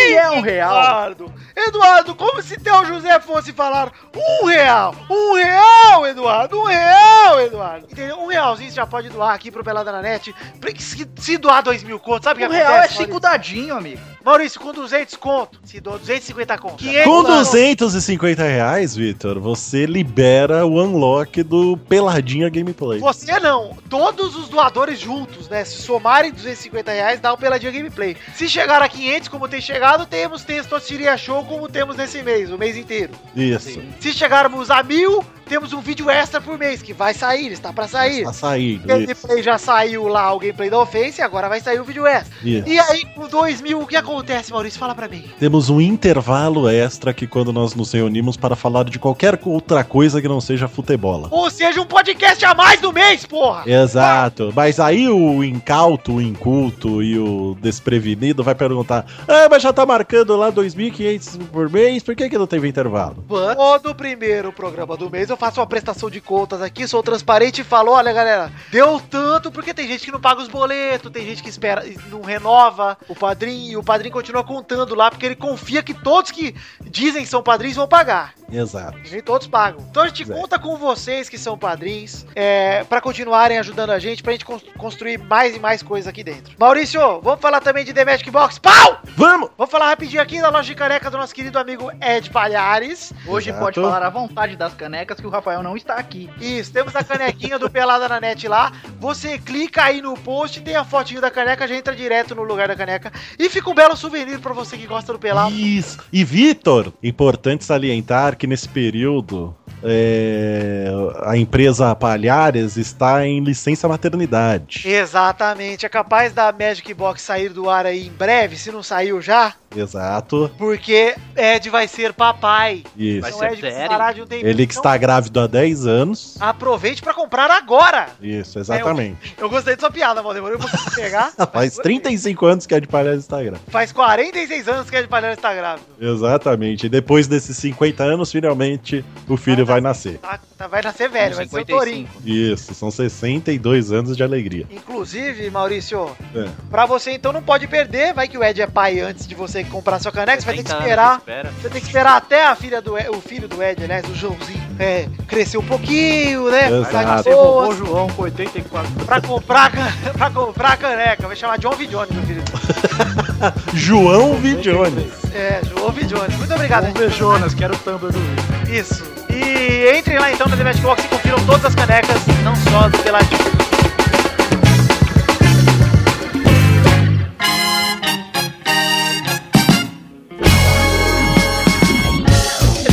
S4: Que é um real?
S5: Eduardo! Eduardo, como se Teu José fosse falar um real! Um real, Eduardo! Um real, Eduardo! Entendeu? Um realzinho você já pode doar aqui pro Pelada na Net. Pra- Se se doar dois mil contos, sabe o
S4: Um
S5: que
S4: real é
S5: acontece,
S4: cinco dadinho, amigo.
S5: Maurício, com 200 conto. Se doa 250 conto. 500
S3: Com
S5: conto.
S3: 250 reais, Vitor, você libera o unlock do Peladinha Gameplay.
S5: Você não, todos os doadores juntos, né? Se somarem 250 reais, dá um peladinha gameplay. Se chegar a 500, como tem chegado, temos Testosteria Show, como temos nesse mês, o mês inteiro.
S3: Isso.
S5: Se chegarmos a mil, temos um vídeo extra por mês, que vai sair, está pra sair.
S3: Tá saindo. Isso.
S5: Gameplay já saiu lá, o gameplay da ofensa, e agora vai sair o vídeo extra.
S3: isso.
S5: E aí, com 2 mil, o que acontece, Maurício? Fala pra mim.
S3: Temos um intervalo extra que quando nós nos reunimos para falar de qualquer outra coisa que não seja futebola.
S5: Ou seja, um podcast a mais no mês, porra!
S3: Exato. Mas aí o incauto, o inculto e o desprevenido vai perguntar: Ah, mas já tá marcando lá 2.500 por mês, por que, que não teve intervalo?
S5: Todo primeiro programa do mês eu faço uma prestação de contas aqui, sou transparente e falo, olha galera, deu tanto porque tem gente que não paga os boletos, tem gente que espera, não renova o padrinho, e o padrinho continua contando lá porque ele confia que todos que dizem que são padrinhos vão pagar.
S3: Exato.
S5: E nem todos pagam. Então a gente
S3: Pois é.
S5: conta com vocês que são padrinhos é, para continuarem ajudando a gente, pra gente cons- construir mais e mais coisas aqui dentro. Maurício, vamos falar também de The Magic Box. Pau!
S3: Vamos!
S5: Vou falar rapidinho aqui da loja de caneca do nosso querido amigo Ed Palhares.
S4: Hoje
S3: Exato.
S4: pode falar à vontade das canecas que que o Rafael não está aqui.
S5: Isso, temos a canequinha do Pelada na Net lá. Você clica aí no post, tem a fotinho da caneca, já entra direto no lugar da caneca. E fica um belo souvenir pra você que gosta do Pelado.
S3: Isso. E Vitor, importante salientar que nesse período é, a empresa Palhares está em licença maternidade.
S5: Exatamente, é capaz da Magic Box sair do ar aí em breve, se não saiu já,
S3: Exato.
S5: porque Ed vai ser papai.
S3: Isso.
S4: Vai
S5: Então
S4: ser
S5: Ed
S4: daddy.
S5: precisará de um tempinho.
S3: Ele que
S5: Então,
S3: está grávido há 10 anos.
S5: Aproveite pra comprar agora.
S3: Isso, exatamente.
S5: Eu gostei da sua piada, Valdemar. Eu vou pegar.
S3: Faz 35 anos que é de Palhares está grávida.
S5: Faz 46 anos que Ed Palhares tá grávido.
S3: Exatamente. E depois desses 50 anos, finalmente, o filho vai nascer.
S5: Tá, tá- vai nascer velho, vai ser um tourinho.
S3: Isso, são 62 anos de alegria.
S5: Inclusive, Maurício,
S3: É.
S5: pra você então não pode perder, vai que o Ed é pai antes de você comprar sua caneca, você vai ter que
S6: 30 anos,
S5: esperar.
S6: espera.
S5: Você tem que esperar até a filha do Ed, o filho do Ed, aliás, o Joãozinho, é, crescer um pouquinho, né?
S3: Exato.
S5: Vai de
S3: Vai ser
S4: Ô,
S5: boas,
S4: João, com 84.
S5: pra comprar, a can- pra comprar a caneca. Vai chamar John V. Jones, meu filho.
S3: João Vidione.
S5: É, João V. Jones. Muito obrigado, Ed.
S4: Um Jonas, quero o Tumblr do vídeo.
S5: Isso. E entrem lá então na The Match Box e confiram todas as canecas, não só do Peladinho.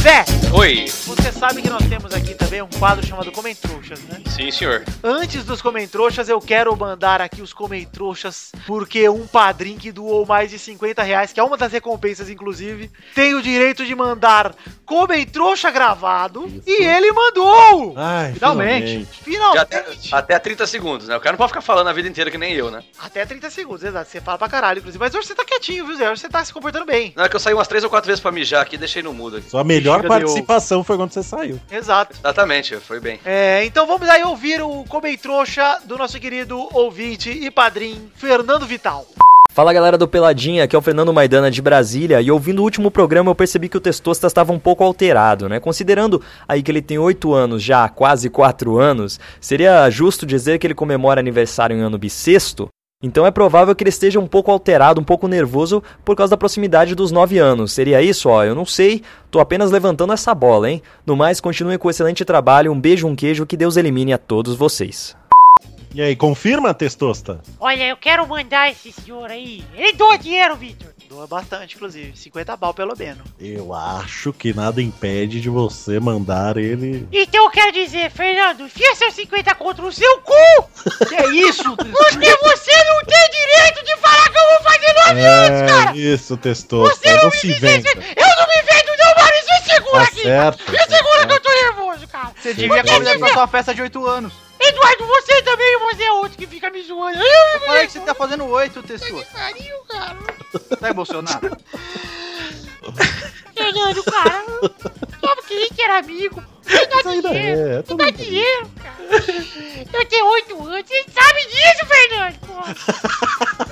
S5: Zé,
S6: Oi.
S5: você sabe que nós temos aqui também um quadro chamado Comentrouxas, né?
S6: Sim, senhor.
S5: Antes dos Comentrouxas, eu quero mandar aqui os Comentrouxas, porque um padrinho que doou mais de 50 reais, que é uma das recompensas, inclusive, tem o direito de mandar Comentrouxa gravado, e ele mandou!
S3: Ai,
S4: Finalmente.
S3: finalmente.
S6: Já até,
S5: Finalmente!
S6: até 30 segundos, né? O cara não pode ficar falando a vida inteira que nem eu, né?
S5: Até 30 segundos, exato. Você fala pra caralho, inclusive. Mas hoje você tá quietinho, viu, Zé? Hoje você tá se comportando bem.
S6: Na hora que eu saí umas três ou quatro vezes pra mijar aqui, deixei no mudo aqui.
S3: Sua melhor
S4: Chega de
S3: participação foi quando você saiu.
S5: Exato.
S6: Exatamente, foi bem.
S5: É, então vamos aí ouvir o Comentrouxa do nosso querido ouvinte e padrinho, Fernando Vital.
S10: Fala galera do Peladinha, aqui é o Fernando Maidana de Brasília e ouvindo o último programa eu percebi que o Testostas estava um pouco alterado, né? Considerando aí que ele tem 8 anos já, quase 4 anos, seria justo dizer que ele comemora aniversário em ano bissexto? Então é provável que ele esteja um pouco alterado, um pouco nervoso por causa da proximidade dos 9 anos. Seria isso? Ó, eu não sei, tô apenas levantando essa bola, hein? No mais, continue com o excelente trabalho, um beijo, um queijo, que Deus elimine a todos vocês.
S3: E aí, confirma, Testosta?
S8: Olha, eu quero mandar esse senhor aí. Ele doa dinheiro, Victor.
S5: Doa bastante, inclusive. 50 bal, pelo menos.
S3: Eu acho que nada impede de você mandar ele.
S8: Então eu quero dizer, Fernando, enfia seus 50 contra o seu cu!
S4: Que é isso?
S8: Porque você não tem direito de falar que eu vou fazer nove anos, cara!
S3: É, isso, Testosta.
S8: Você
S3: não
S8: não
S3: se
S8: me
S3: inventa.
S8: inventa! Eu não me invento, não, Maurício! Me segura
S3: Tá
S8: aqui!
S3: certo.
S8: Me segura que eu tô nervoso, cara!
S4: Você devia convidar pra sua festa de 8 anos.
S8: Eduardo, você também, você é outro que fica me zoando! Eu
S4: Eu falei que você tá fazendo 8, textura.
S8: pariu, cara!
S4: Tá emocionado?
S8: Fernando, cara! "Ah, Só porque a gente era amigo! Me dá
S3: Isso ainda
S8: dinheiro!
S3: é,
S8: Me
S3: tudo
S8: dá
S3: bem.
S8: dinheiro, cara! Eu tenho oito anos, você sabe disso, Fernando! Pô.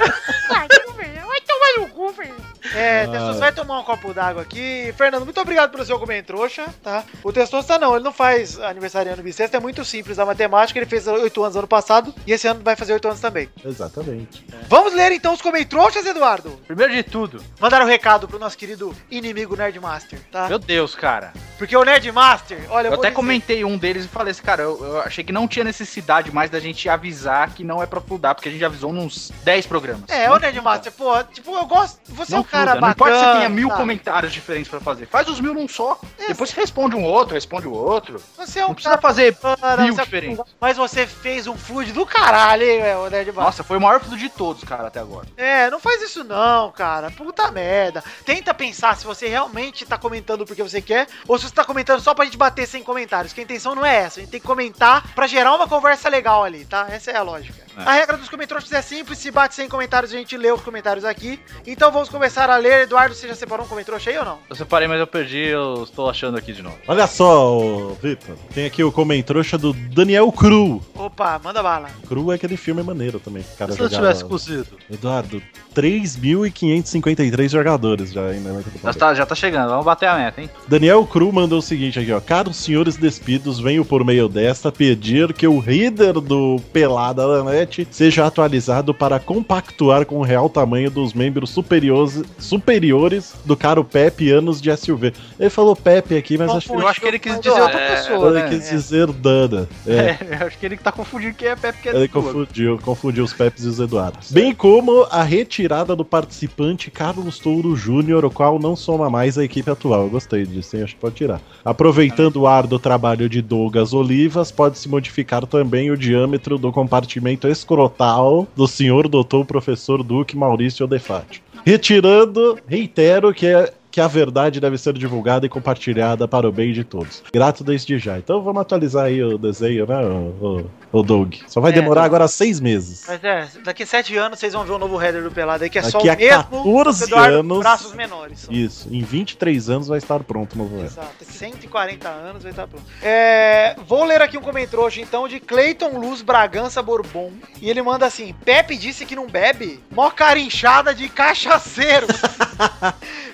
S8: Pariu, velho! Vai tomar no cu, Fernando!
S5: É,
S3: Ah.
S5: Testosta vai tomar um copo d'água aqui. Fernando, muito obrigado pelo seu comentário, trouxa, tá? O Testosta não, ele não faz aniversário ano bissexto, é muito simples a matemática, ele fez 8 anos ano passado e esse ano vai fazer 8 anos também.
S3: Exatamente.
S5: Vamos ler então os comentários, Eduardo.
S4: Primeiro de tudo,
S5: Mandaram um recado pro nosso querido inimigo Nerdmaster, tá? é
S4: meu Deus, cara.
S5: Porque o Nerdmaster, olha,
S4: Eu
S5: vou
S4: até
S5: dizer-
S4: comentei um deles e falei assim, cara, eu, eu achei que não tinha necessidade mais da gente avisar que não é pra fludar, porque a gente avisou nos 10 programas.
S5: É,
S4: Não
S5: o Nerdmaster, pô, tipo, eu gosto. Você
S4: Não,
S5: é um cara
S4: não
S5: bacana.
S4: importa se você tenha mil
S5: tá?
S4: comentários diferentes pra fazer. Faz os mil num só. Depois você responde um outro, responde o outro.
S5: Você é
S4: Não
S5: um
S4: precisa
S5: cara
S4: fazer
S5: bacana,
S4: mil
S5: você é um-
S4: diferentes.
S5: mas você fez um fluid do caralho, hein, velho, o Nerdmaster.
S4: Nossa, foi o maior fludo de todos, cara, até agora.
S5: É, não faz isso não, cara. Puta merda. Tenta pensar se você realmente tá comentando porque você quer ou se você tá comentando só pra gente bater sem comentários. Que a intenção não é essa. A gente tem que comentar pra gerar uma conversa legal ali, tá? Essa é a lógica. A regra dos comentários é simples. Se bate sem comentários, a gente lê os comentários aqui. Então vamos começar a ler. Eduardo, você já separou um comentário aí ou não?
S4: Eu separei, mas eu perdi, eu estou achando aqui de novo.
S3: Olha só, ô, Vitor. Tem aqui o comentrouxa do Daniel Cru.
S5: Opa, manda bala.
S3: Cru é aquele filme maneiro também. que o Cara
S2: Se não
S3: jogava-
S2: tivesse cozido.
S3: Eduardo, 3.553 jogadores já ainda.
S4: Já tá, já tá chegando, vamos bater a meta, hein?
S3: Daniel Cru Gil mandou o seguinte aqui, ó. Caros senhores despidos, venho por meio desta pedir que o reader do Pelada da Net seja atualizado para compactuar com o real tamanho dos membros superiores, superiores do caro Pepe anos de SUV. Ele falou Pepe aqui, mas acho que
S4: Eu
S3: ele,
S4: acho que ele quis dizer outra pessoa,
S3: ele
S4: né?
S3: quis dizer Dana. É.
S4: É, eu acho que ele tá confundindo quem é Pepe que é
S3: Ele
S4: sua.
S3: confundiu, confundiu os Pepes e os Eduardos. Bem como a retirada do participante Carlos Touro Júnior, o qual não soma mais a equipe atual. Eu gostei disso, hein? Acho que pode tirar. Aproveitando o ar do trabalho de Douglas Olivas, pode-se modificar também o diâmetro do compartimento escrotal do senhor doutor professor Duque Maurício Odefati. Retirando, reitero que é que a verdade deve ser divulgada e compartilhada para o bem de todos. Grato desde já. Então vamos atualizar aí o desenho, né, o, o, o Doug? Só vai
S5: É.
S3: demorar agora seis meses.
S5: Mas é, daqui sete anos vocês vão ver o novo header do Pelado aí, que é só
S3: Daqui
S5: o
S3: a
S5: mesmo
S3: 14
S5: Eduardo com
S3: anos.
S5: braços menores.
S3: Isso, em 23 anos vai estar pronto o novo era.
S5: Exato, 140 anos vai estar pronto. É, vou ler aqui um comentário hoje então de Cleiton Luz Bragança Bourbon. E ele manda assim: Pepe disse que não bebe? Mó carinchada de cachaceiro.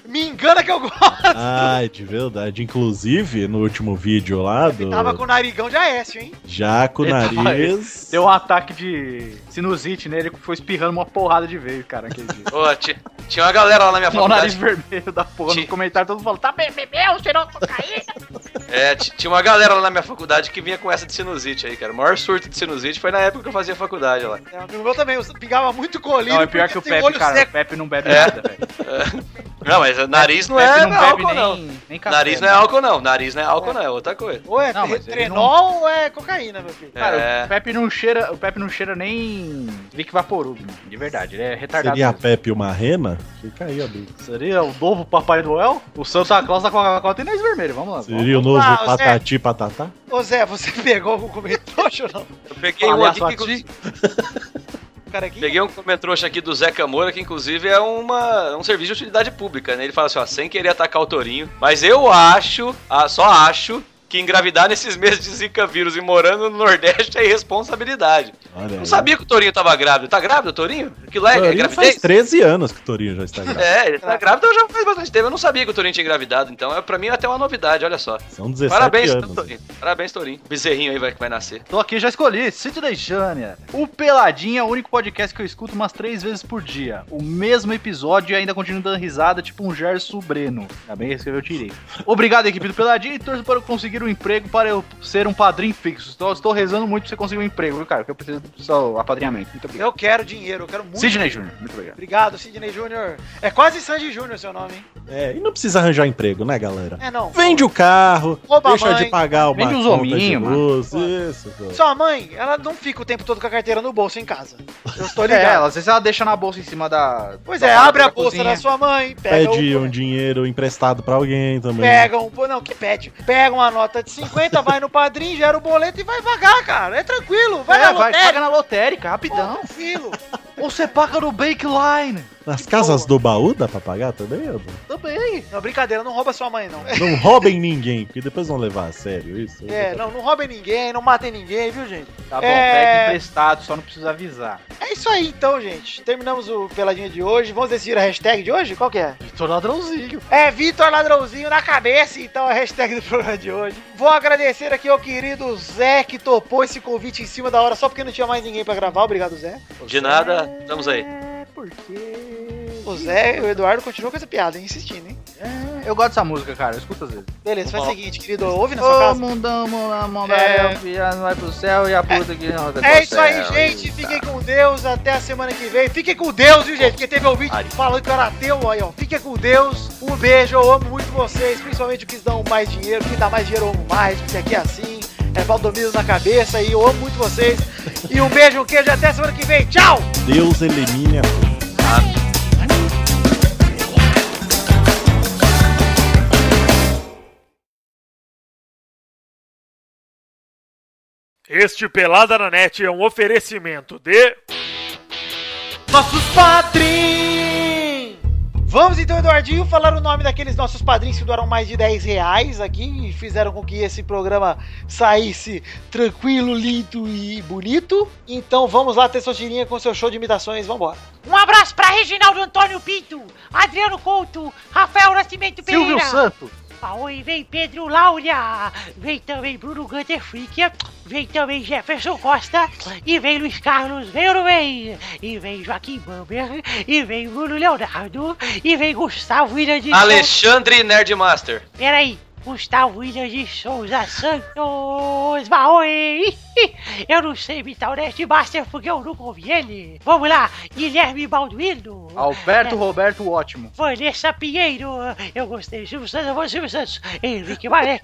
S5: Me engana que eu gosto.
S3: Ai, de verdade. Inclusive, no último vídeo lá do.
S5: Tava com o narigão de Aécio, hein?
S3: Já com o nariz.
S4: Deu um ataque de sinusite nele, que foi espirrando uma porrada de veio, cara, aquele dia.
S6: Ô, ti- tinha uma galera lá na minha
S4: Só o um nariz
S6: faculdade.
S4: vermelho da porra. No comentário todo mundo falou, tá bem,
S8: Bebeu, cheirou cocaína.
S6: É, ti- tinha uma galera lá na minha faculdade que vinha com essa de sinusite aí, cara. O maior surto de sinusite foi na época que eu fazia faculdade lá.
S5: É, um amigo meu também, eu pingava muito colírio.
S4: Não, é pior que o
S5: porque tem
S4: Pepe,
S5: olho
S4: cara.
S5: seco.
S4: O Pepe não bebe
S6: É.
S4: nada, velho.
S6: É. Não, mas nariz não
S4: Pepe
S6: é
S4: não bebe
S6: álcool,
S4: nem,
S6: não.
S4: nem café.
S6: Nariz não é
S4: né?
S6: álcool, não. Nariz não é álcool, não. É outra coisa.
S5: Ou é
S4: Não, mas ele
S5: trenol ou é cocaína, meu filho.
S4: Cara,
S6: É.
S4: o Pepe não cheira, o Pepe não cheira nem Vic Vaporub, mano, de verdade, ele é retardado.
S3: Seria a
S4: mesmo.
S3: Pepe uma rena? Fica aí, amigo.
S4: Seria o novo Papai Noel? O Santa Claus da Coca-Cola tem nariz vermelho, vamos lá. vamos.
S3: Seria o novo
S5: lá, Zé.
S3: Patati Patatá?
S5: Ô Zé, você pegou o comentário ou não?
S6: Eu peguei um
S4: Olha
S6: aqui
S4: só,
S6: que, inclusive,
S5: Cara, aqui.
S6: Peguei um comentrouxa aqui do Zé Camora, que inclusive é uma, um serviço de utilidade pública, né? Ele fala assim, ó, sem querer atacar o Torinho, mas eu acho, ah, só acho, que engravidar nesses meses de Zika vírus e morando no Nordeste é irresponsabilidade.
S3: Olha
S6: Não
S3: aí.
S6: sabia que o Torinho tava grávido. Tá grávido, Torinho? Que lá é, é
S3: Torinho faz
S6: gravidez?
S3: 13 anos que o Torinho já está grávido.
S6: É, ele tá grávido já faz bastante tempo. Eu não sabia que o Torinho tinha engravidado, então é, pra mim é até uma novidade, olha só.
S3: São 17
S6: Parabéns,
S3: anos.
S6: Torinho. Parabéns, Torinho. Bezerrinho aí vai, que vai nascer.
S4: Tô aqui, já escolhi. City da Jânia. O Peladinha é o único podcast que eu escuto umas três vezes por dia. O mesmo episódio e ainda continuo dando risada, tipo um Gerson Breno. Ainda bem que escreveu tirei. Obrigado, equipe do Peladinha, e torço para eu conseguir um emprego para eu ser um padrinho fixo. Então, eu estou rezando muito pra você conseguir um emprego, viu, cara? Porque eu preciso do seu apadrinhamento. Muito obrigado.
S5: Eu quero dinheiro, eu quero muito.
S4: Sidney Júnior, muito obrigado.
S5: Obrigado, Sidney Júnior. É quase Sandy Júnior seu nome, hein?
S3: É, e não precisa arranjar emprego, né, galera?
S5: É não.
S3: Vende o carro,
S5: Rouba a
S3: deixa
S5: mãe.
S3: de pagar uma
S4: Vende os
S3: conta
S4: hominhos,
S3: de
S4: mano.
S3: luz, isso. pô.
S5: Sua mãe, ela não fica o tempo todo com a carteira no bolso em casa. Eu estou
S4: É,
S5: ligado.
S4: ela, às vezes ela deixa na bolsa em cima da.
S5: Pois
S4: da
S5: é,
S4: parada
S5: abre a
S4: da
S5: bolsa
S4: cozinha.
S5: da sua mãe, pega
S3: Pede
S5: o-
S3: um dinheiro emprestado pra alguém também.
S5: Pega um, pô, não, que pede. Pega uma nota de 50, vai no padrinho, gera o boleto e vai pagar, cara. É tranquilo, vai
S4: É,
S5: na
S4: vai,
S5: lotérica.
S4: paga na lotérica,
S5: Pô,
S4: rapidão.
S5: tranquilo.
S4: Ou você paga no Bakeline.
S3: Nas
S5: tipo,
S3: casas do baú dá pra pagar também, Edu?
S5: Também. Não, brincadeira, não rouba sua mãe, não.
S3: Não roubem ninguém, porque depois vão levar a sério isso.
S5: É, não, não roubem ninguém, não matem ninguém, viu, gente?
S4: Tá bom,
S5: É.
S4: pega emprestado, só não precisa avisar.
S5: É isso aí, então, gente. Terminamos o Peladinha de hoje. Vamos decidir a hashtag de hoje? Qual que é?
S4: Tô ladrãozinho.
S5: É Vitor Ladrãozinho na cabeça, então a hashtag do programa de hoje. Vou agradecer aqui ao querido Zé que topou esse convite em cima da hora só porque não tinha mais ninguém pra gravar. Obrigado, Zé.
S6: De nada,
S4: é
S6: estamos aí.
S5: É, O Zé e o Eduardo continuam com essa piada, hein? insistindo, hein?
S4: Eu gosto dessa música, cara. Eu escuto às vezes.
S5: Beleza, faz o
S6: Bom.
S5: seguinte, querido, ouve é. na sua
S4: Ô,
S5: casa.
S4: mundão, mundão, mundão,
S5: É.
S4: meu filho, um vai pro céu e a puta que não vai
S5: É
S4: pro
S5: isso aí,
S4: céu.
S5: gente. Fiquem com Deus. Até a semana que vem. Fiquem com Deus, viu, gente? Porque teve ouvinte
S6: Ari.
S5: falando que eu era ateu aí, ó. Fiquem com Deus. Um beijo. Eu amo muito vocês. Principalmente os que dão mais dinheiro. Quem dá mais dinheiro, eu amo mais. Porque aqui é assim. É baldomínio na cabeça. E eu amo muito vocês. E um beijo, um queijo. Até a semana que vem. Tchau!
S3: Deus elimine a
S11: Este Pelada na Net é um oferecimento de.
S5: Nossos padrinhos! Vamos então, Eduardinho, falar o nome daqueles nossos padrinhos que doaram mais de 10 reais aqui e fizeram com que esse programa saísse tranquilo, lindo e bonito. Então vamos lá, Testosterinha, com seu show de imitações, vambora.
S8: Um abraço pra Reginaldo Antônio Pinto, Adriano Couto, Rafael Nascimento Pereira,
S4: Silvio Santo.
S8: Aonde vem Pedro Laura, vem também Bruno Gunter Frick, vem também Jefferson Costa, e vem Luiz Carlos, vem ou não vem? E vem Joaquim Bamber, e vem Bruno Leonardo, e vem Gustavo William de
S6: Então, Alexandre Nerdmaster.
S8: Peraí, Gustavo William de Souza Santos Maoi. Eu não sei imitar o Nerdmaster porque eu nunca ouvi ele. Vamos lá, Guilherme Balduino.
S4: Alberto
S8: É.
S4: Roberto Ótimo.
S8: Vanessa Pinheiro, eu gostei de Silvio Santos, eu vou de Silvio Santos, Henrique Marek,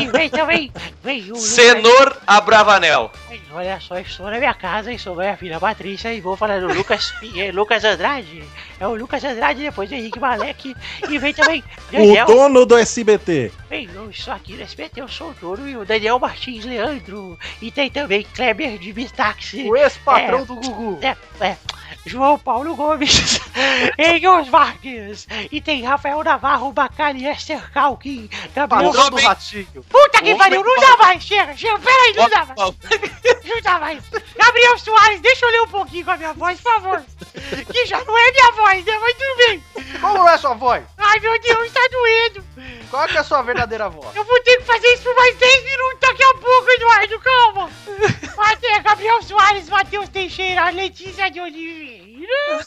S8: e vem também, vem o...
S6: Senor Abravanel.
S8: Olha só, estou na minha casa, estou na minha filha Patrícia e vou falar do Lucas Pinheiro, Lucas Andrade, é o Lucas Andrade, depois o Henrique Malek, e vem também
S3: O
S4: é
S8: Daniel...
S3: dono do SBT.
S8: Bem, eu estou aqui no SBT, eu sou o dono e o Daniel Martins Leandro. E tem também Kleber de Bitaxi.
S4: O ex-patrão
S8: do Gugu. É, é, João Paulo Gomes, Engels Marques. E tem Rafael Navarro, Bacari, Esther Kalkin.
S4: Patrão
S8: Gabriel
S4: do
S8: Silva.
S4: Ratinho.
S8: Puta que
S4: Homem
S8: pariu, não dá mais, chega, chega, peraí, não dá mais. Não dá mais. Gabriel Soares, deixa eu ler um pouquinho com a minha voz, por favor. Que já não é minha voz, né? Mas tudo bem.
S4: Como não é sua voz?
S8: Ai, meu Deus, tá doendo.
S4: Qual que é a sua verdadeira voz?
S8: Eu vou ter que fazer isso por mais 10 minutos daqui a pouco, Eduardo, calma! Até Gabriel Soares, Matheus Teixeira, Letícia de Oliveira,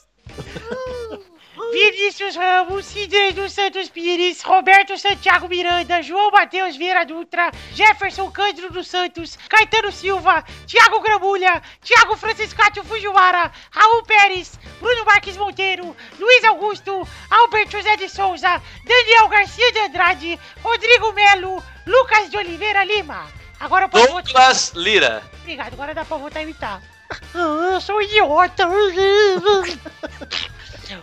S8: Vinícius Ramos, Sidney dos Santos Pires, Roberto Santiago Miranda, João Matheus Vieira Dutra, Jefferson Cândido dos Santos, Caetano Silva, Thiago Gramulha, Thiago Franciscátio Fujiwara, Raul Pérez, Bruno Marques Monteiro, Luiz Augusto, Albert José de Souza, Daniel Garcia de Andrade, Rodrigo Melo, Lucas de Oliveira Lima. Agora pode votar.
S6: Douglas Lira.
S8: Obrigado, agora dá pra voltar a imitar. Ah, eu um sou idiota.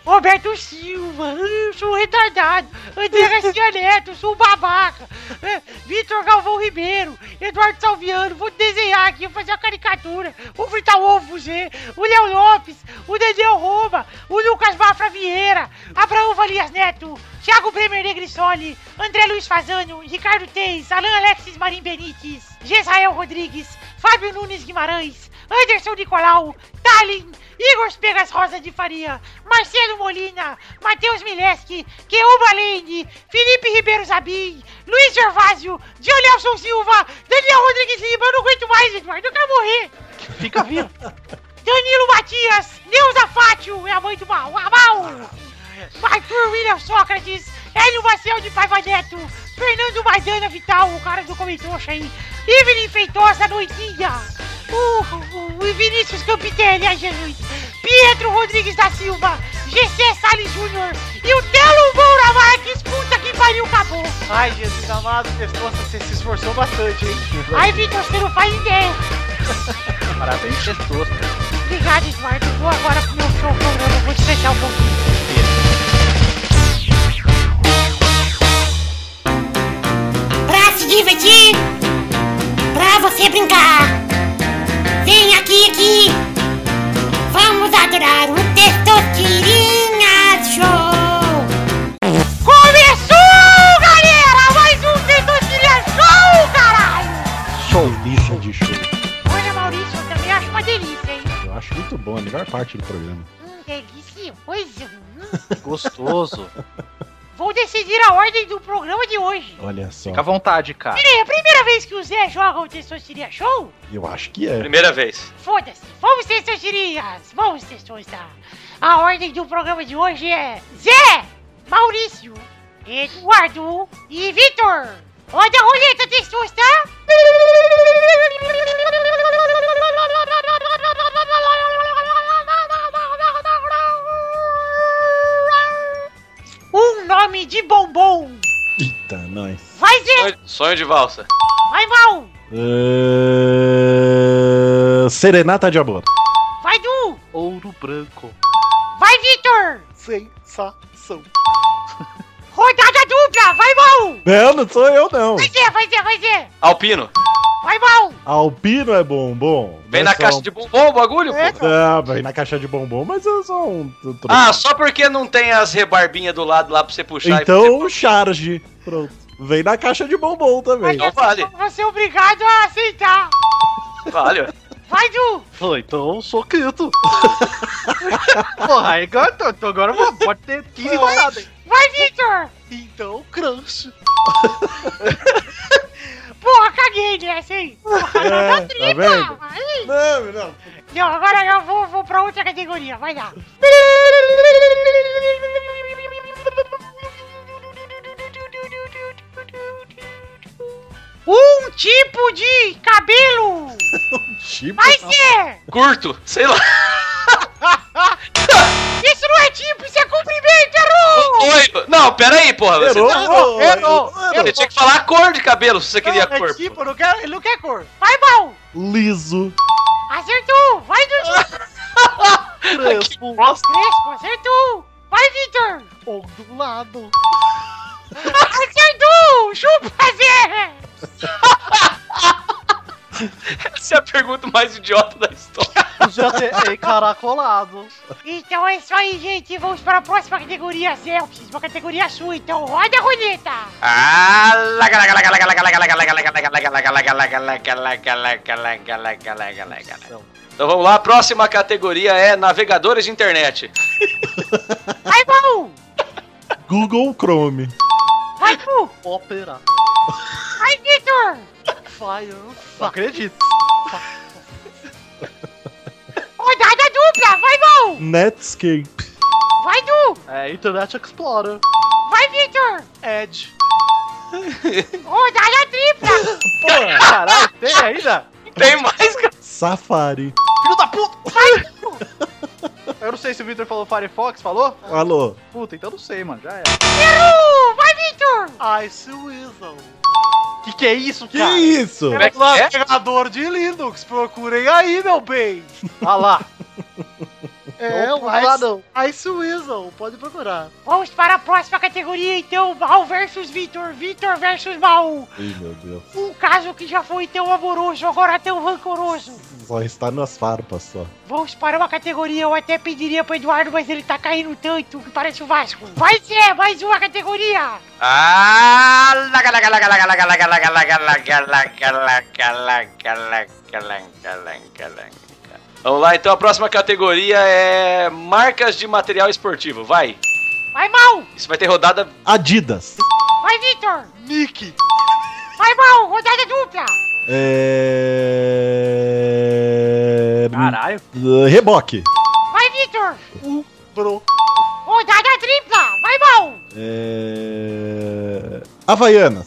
S8: Roberto Silva, eu sou retardado. André Garcia Neto, eu sou um babaca. É, Vitor Galvão Ribeiro, Eduardo Salviano, vou desenhar aqui, vou fazer uma caricatura. Vou fritar o ovo, Zé. O Léo Lopes, o Daniel Roma, o Lucas Mafra Vieira, Abraão Valias Neto, Thiago Bremer Negrisoli, André Luiz Fazano, Ricardo Teis, Alan Alexis Marim Benites, Gesael Rodrigues, Fábio Nunes Guimarães, Anderson Nicolau, Tallin, Igor Pegas Rosa de Faria, Marcelo Molina, Matheus Mileski, Keuba Lane, Felipe Ribeiro Zabim, Luiz Gervásio, Dionelson Silva, Daniel Rodrigues Lima, eu não aguento mais, Eduardo, eu quero morrer. Fica vivo. Danilo Matias, Neuza Fátio, é a mãe do mal, a mal. Arthur William Sócrates, Hélio Maciel de Paiva Neto, Fernando Maidana Vital, o cara do Comentrouxa aí, Evelyn Feitosa Noitinha, o, o, o Vinícius Campitelli, ai Jesus, Pietro Rodrigues da Silva, GC Salles Júnior e o Telo Moura Marques, puta que pariu, acabou.
S5: Ai, Jesus amado, Testosta, você se esforçou bastante, hein?
S8: Ai, Vitor, você não faz ideia.
S4: Parabéns, pessoas.
S8: Obrigado, Eduardo. Vou agora pro meu show programa, vou desfechar um pouquinho.
S12: Pra se divertir, pra você brincar. Vem aqui, aqui. Vamos adorar o Testosterinha Show.
S8: Começou, galera! Mais um Testosterinha Show, caralho!
S3: Delícia de show.
S8: Olha, Maurício, eu também acho uma delícia, hein?
S3: Eu acho muito bom, a melhor parte do programa.
S8: Hum, delicioso. Hum.
S4: Gostoso.
S8: Vou decidir a ordem do programa de hoje.
S3: Olha só.
S4: Fica à vontade, cara.
S8: Peraí, é a primeira vez que o Zé joga o Testosterinha Show?
S3: Eu acho que é.
S6: Primeira vez.
S8: Foda-se! Vamos, Testosterinhas! Vamos, Testosta! A ordem do programa de hoje é Zé, Maurício, Eduardo e Vitor! Roda a roleta, Testosta! Um nome de bombom!
S3: Eita, nós. É,
S8: Vai, Zé!
S6: Sonho de valsa.
S8: Vai, Mal!
S3: Ah, Serenata de amor.
S8: Vai, Du!
S4: Ouro branco.
S8: Vai, Vitor!
S5: Sensação.
S8: Rodada dupla! Vai, Mal!
S3: Não, não sou eu não.
S8: Vai, Zé! Vai, Zé! Vai, Zé!
S6: Alpino.
S8: Vai, Mal!
S3: Alpino é bombom.
S6: Vem
S3: Não
S6: na
S3: é só
S6: caixa
S3: um-
S6: de bombom o bagulho,
S8: É.
S6: pô.
S3: Ah, vem na caixa de bombom, mas eu sou um. um troço.
S6: Ah, só porque não tem as rebarbinhas do lado lá pra você puxar e
S3: então charge. Pronto. Vem na caixa de bombom também.
S6: Não vale.
S8: Você é obrigado a aceitar!
S6: Vale.
S8: Vai, Du!
S5: Foi, então eu sou quieto.
S4: Porra, agora, tô- tô- agora pode ter 15 rodadas, hein?
S8: Vai, Vitor!
S5: Então, crunch.
S8: Porra, caguei nessa, hein? Porra, não
S9: É,
S8: dá
S9: tá
S8: treta,
S9: vendo?
S8: aí.
S9: Não, não.
S8: Não, agora eu vou, vou pra outra categoria, vai lá. Um tipo de cabelo!
S9: Um
S3: Tipo.
S8: Vai ser!
S6: Curto, sei lá.
S8: Isso não é tipo, isso é comprimento, errou!
S6: Oi, não, peraí, porra. Você,
S8: Errou,
S6: tá-
S8: errou, errou,
S6: Você
S8: errou.
S6: tinha que falar a cor de cabelo se você queria
S8: Não, é
S6: cor. pô.
S8: tipo, não quer, ele não quer cor. Vai, Bal!
S3: Liso.
S8: Acertou! Vai, Dudinho!
S9: Crespo.
S8: Crespo, acertou! Vai, Vitor! Ondulado! Acertou! Chupa, Zé!
S6: Essa é a pergunta mais idiota da história.
S2: Já tem caracolado.
S8: Então é isso aí, gente. Vamos para a próxima categoria, Zelps. Uma categoria sua, então roda a roleta.
S6: Então vamos lá, a próxima categoria é navegadores de internet.
S8: Vai, Baú.
S3: Google Chrome.
S8: Vai, Fu.
S2: Ópera.
S8: Vai, Vitor.
S2: Não acredito.
S8: Rodada dupla. Vai, Baú.
S3: Netscape.
S8: Vai, Du.
S2: É Internet Explorer.
S8: Vai, Vitor.
S2: Edge.
S8: Rodada tripla.
S2: Pô, caralho, tem ainda?
S6: Tem mais, cara.
S3: Safari.
S2: Filho da puta! Vai! Eu não sei se o Victor falou Firefox, falou?
S3: Alô.
S2: Puta, então eu não sei, mano, já é.
S8: Errou. Vai, Vitor.
S2: Ice Weasel. Que que é isso,
S3: Que
S2: cara?
S3: isso?
S2: É um navegador de Linux, procurem aí, meu bem. Ah lá.
S8: É,
S2: Não
S8: o
S2: vai
S8: Ice-
S2: não.
S8: Ice Weasel. Pode procurar. Vamos para a próxima categoria, então. Baú versus Vitor. Vitor versus Baú.
S3: Ih, meu Deus.
S8: Um caso que já foi tão amoroso, agora tão rancoroso.
S3: Só está nas farpas só.
S8: Vamos para uma categoria, eu até pediria pro Eduardo, mas ele tá caindo tanto que parece o Vasco. Vai ser mais uma categoria!
S6: Vamos lá, então a próxima categoria é marcas de material esportivo. Vai.
S8: Vai, Mal!
S6: Isso vai ter rodada.
S3: Adidas.
S8: Vai, Vitor! Nick! Vai, Mal! Rodada dupla!
S3: É.
S4: Caralho.
S3: Reboque.
S8: Vai, Vitor!
S2: Um, bro.
S8: Rodada tripla! Vai, Mal!
S3: É... Havaianas.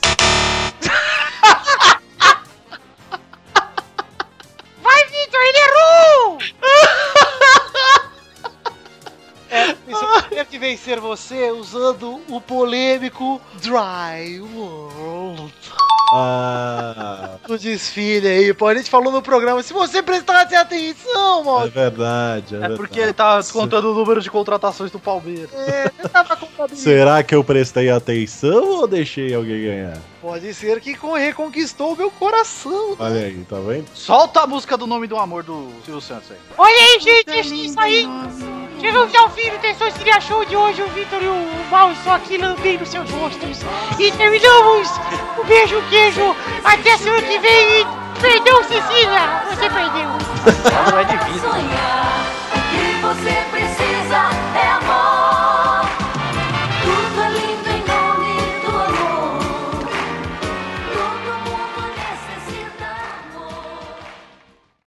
S8: Vai, Vitor! Ele errou!
S2: É, isso deve vencer você usando o polêmico Dry World.
S3: Ah,
S2: O desfile aí, pô. A gente falou no programa, se você prestasse atenção,
S3: é
S2: mano.
S3: verdade. É,
S2: É
S3: verdade.
S2: porque ele tava contando o número de contratações do Palmeiras. É, ele tava contando
S3: Será que eu prestei atenção ou deixei alguém ganhar?
S2: Pode ser que com- reconquistou o meu coração.
S3: Olha aí, tá vendo?
S4: Solta a música do nome do amor do Silvio Santos aí.
S8: Olha aí, gente, é isso aí! Chegamos ao fim do Tensões que achou de hoje, o Vitor e o Mal só aqui lambendo seus rostos. E terminamos! Um beijo, queijo, até semana que vem e... Perdeu, Cecília! Você perdeu!
S9: Não é difícil. é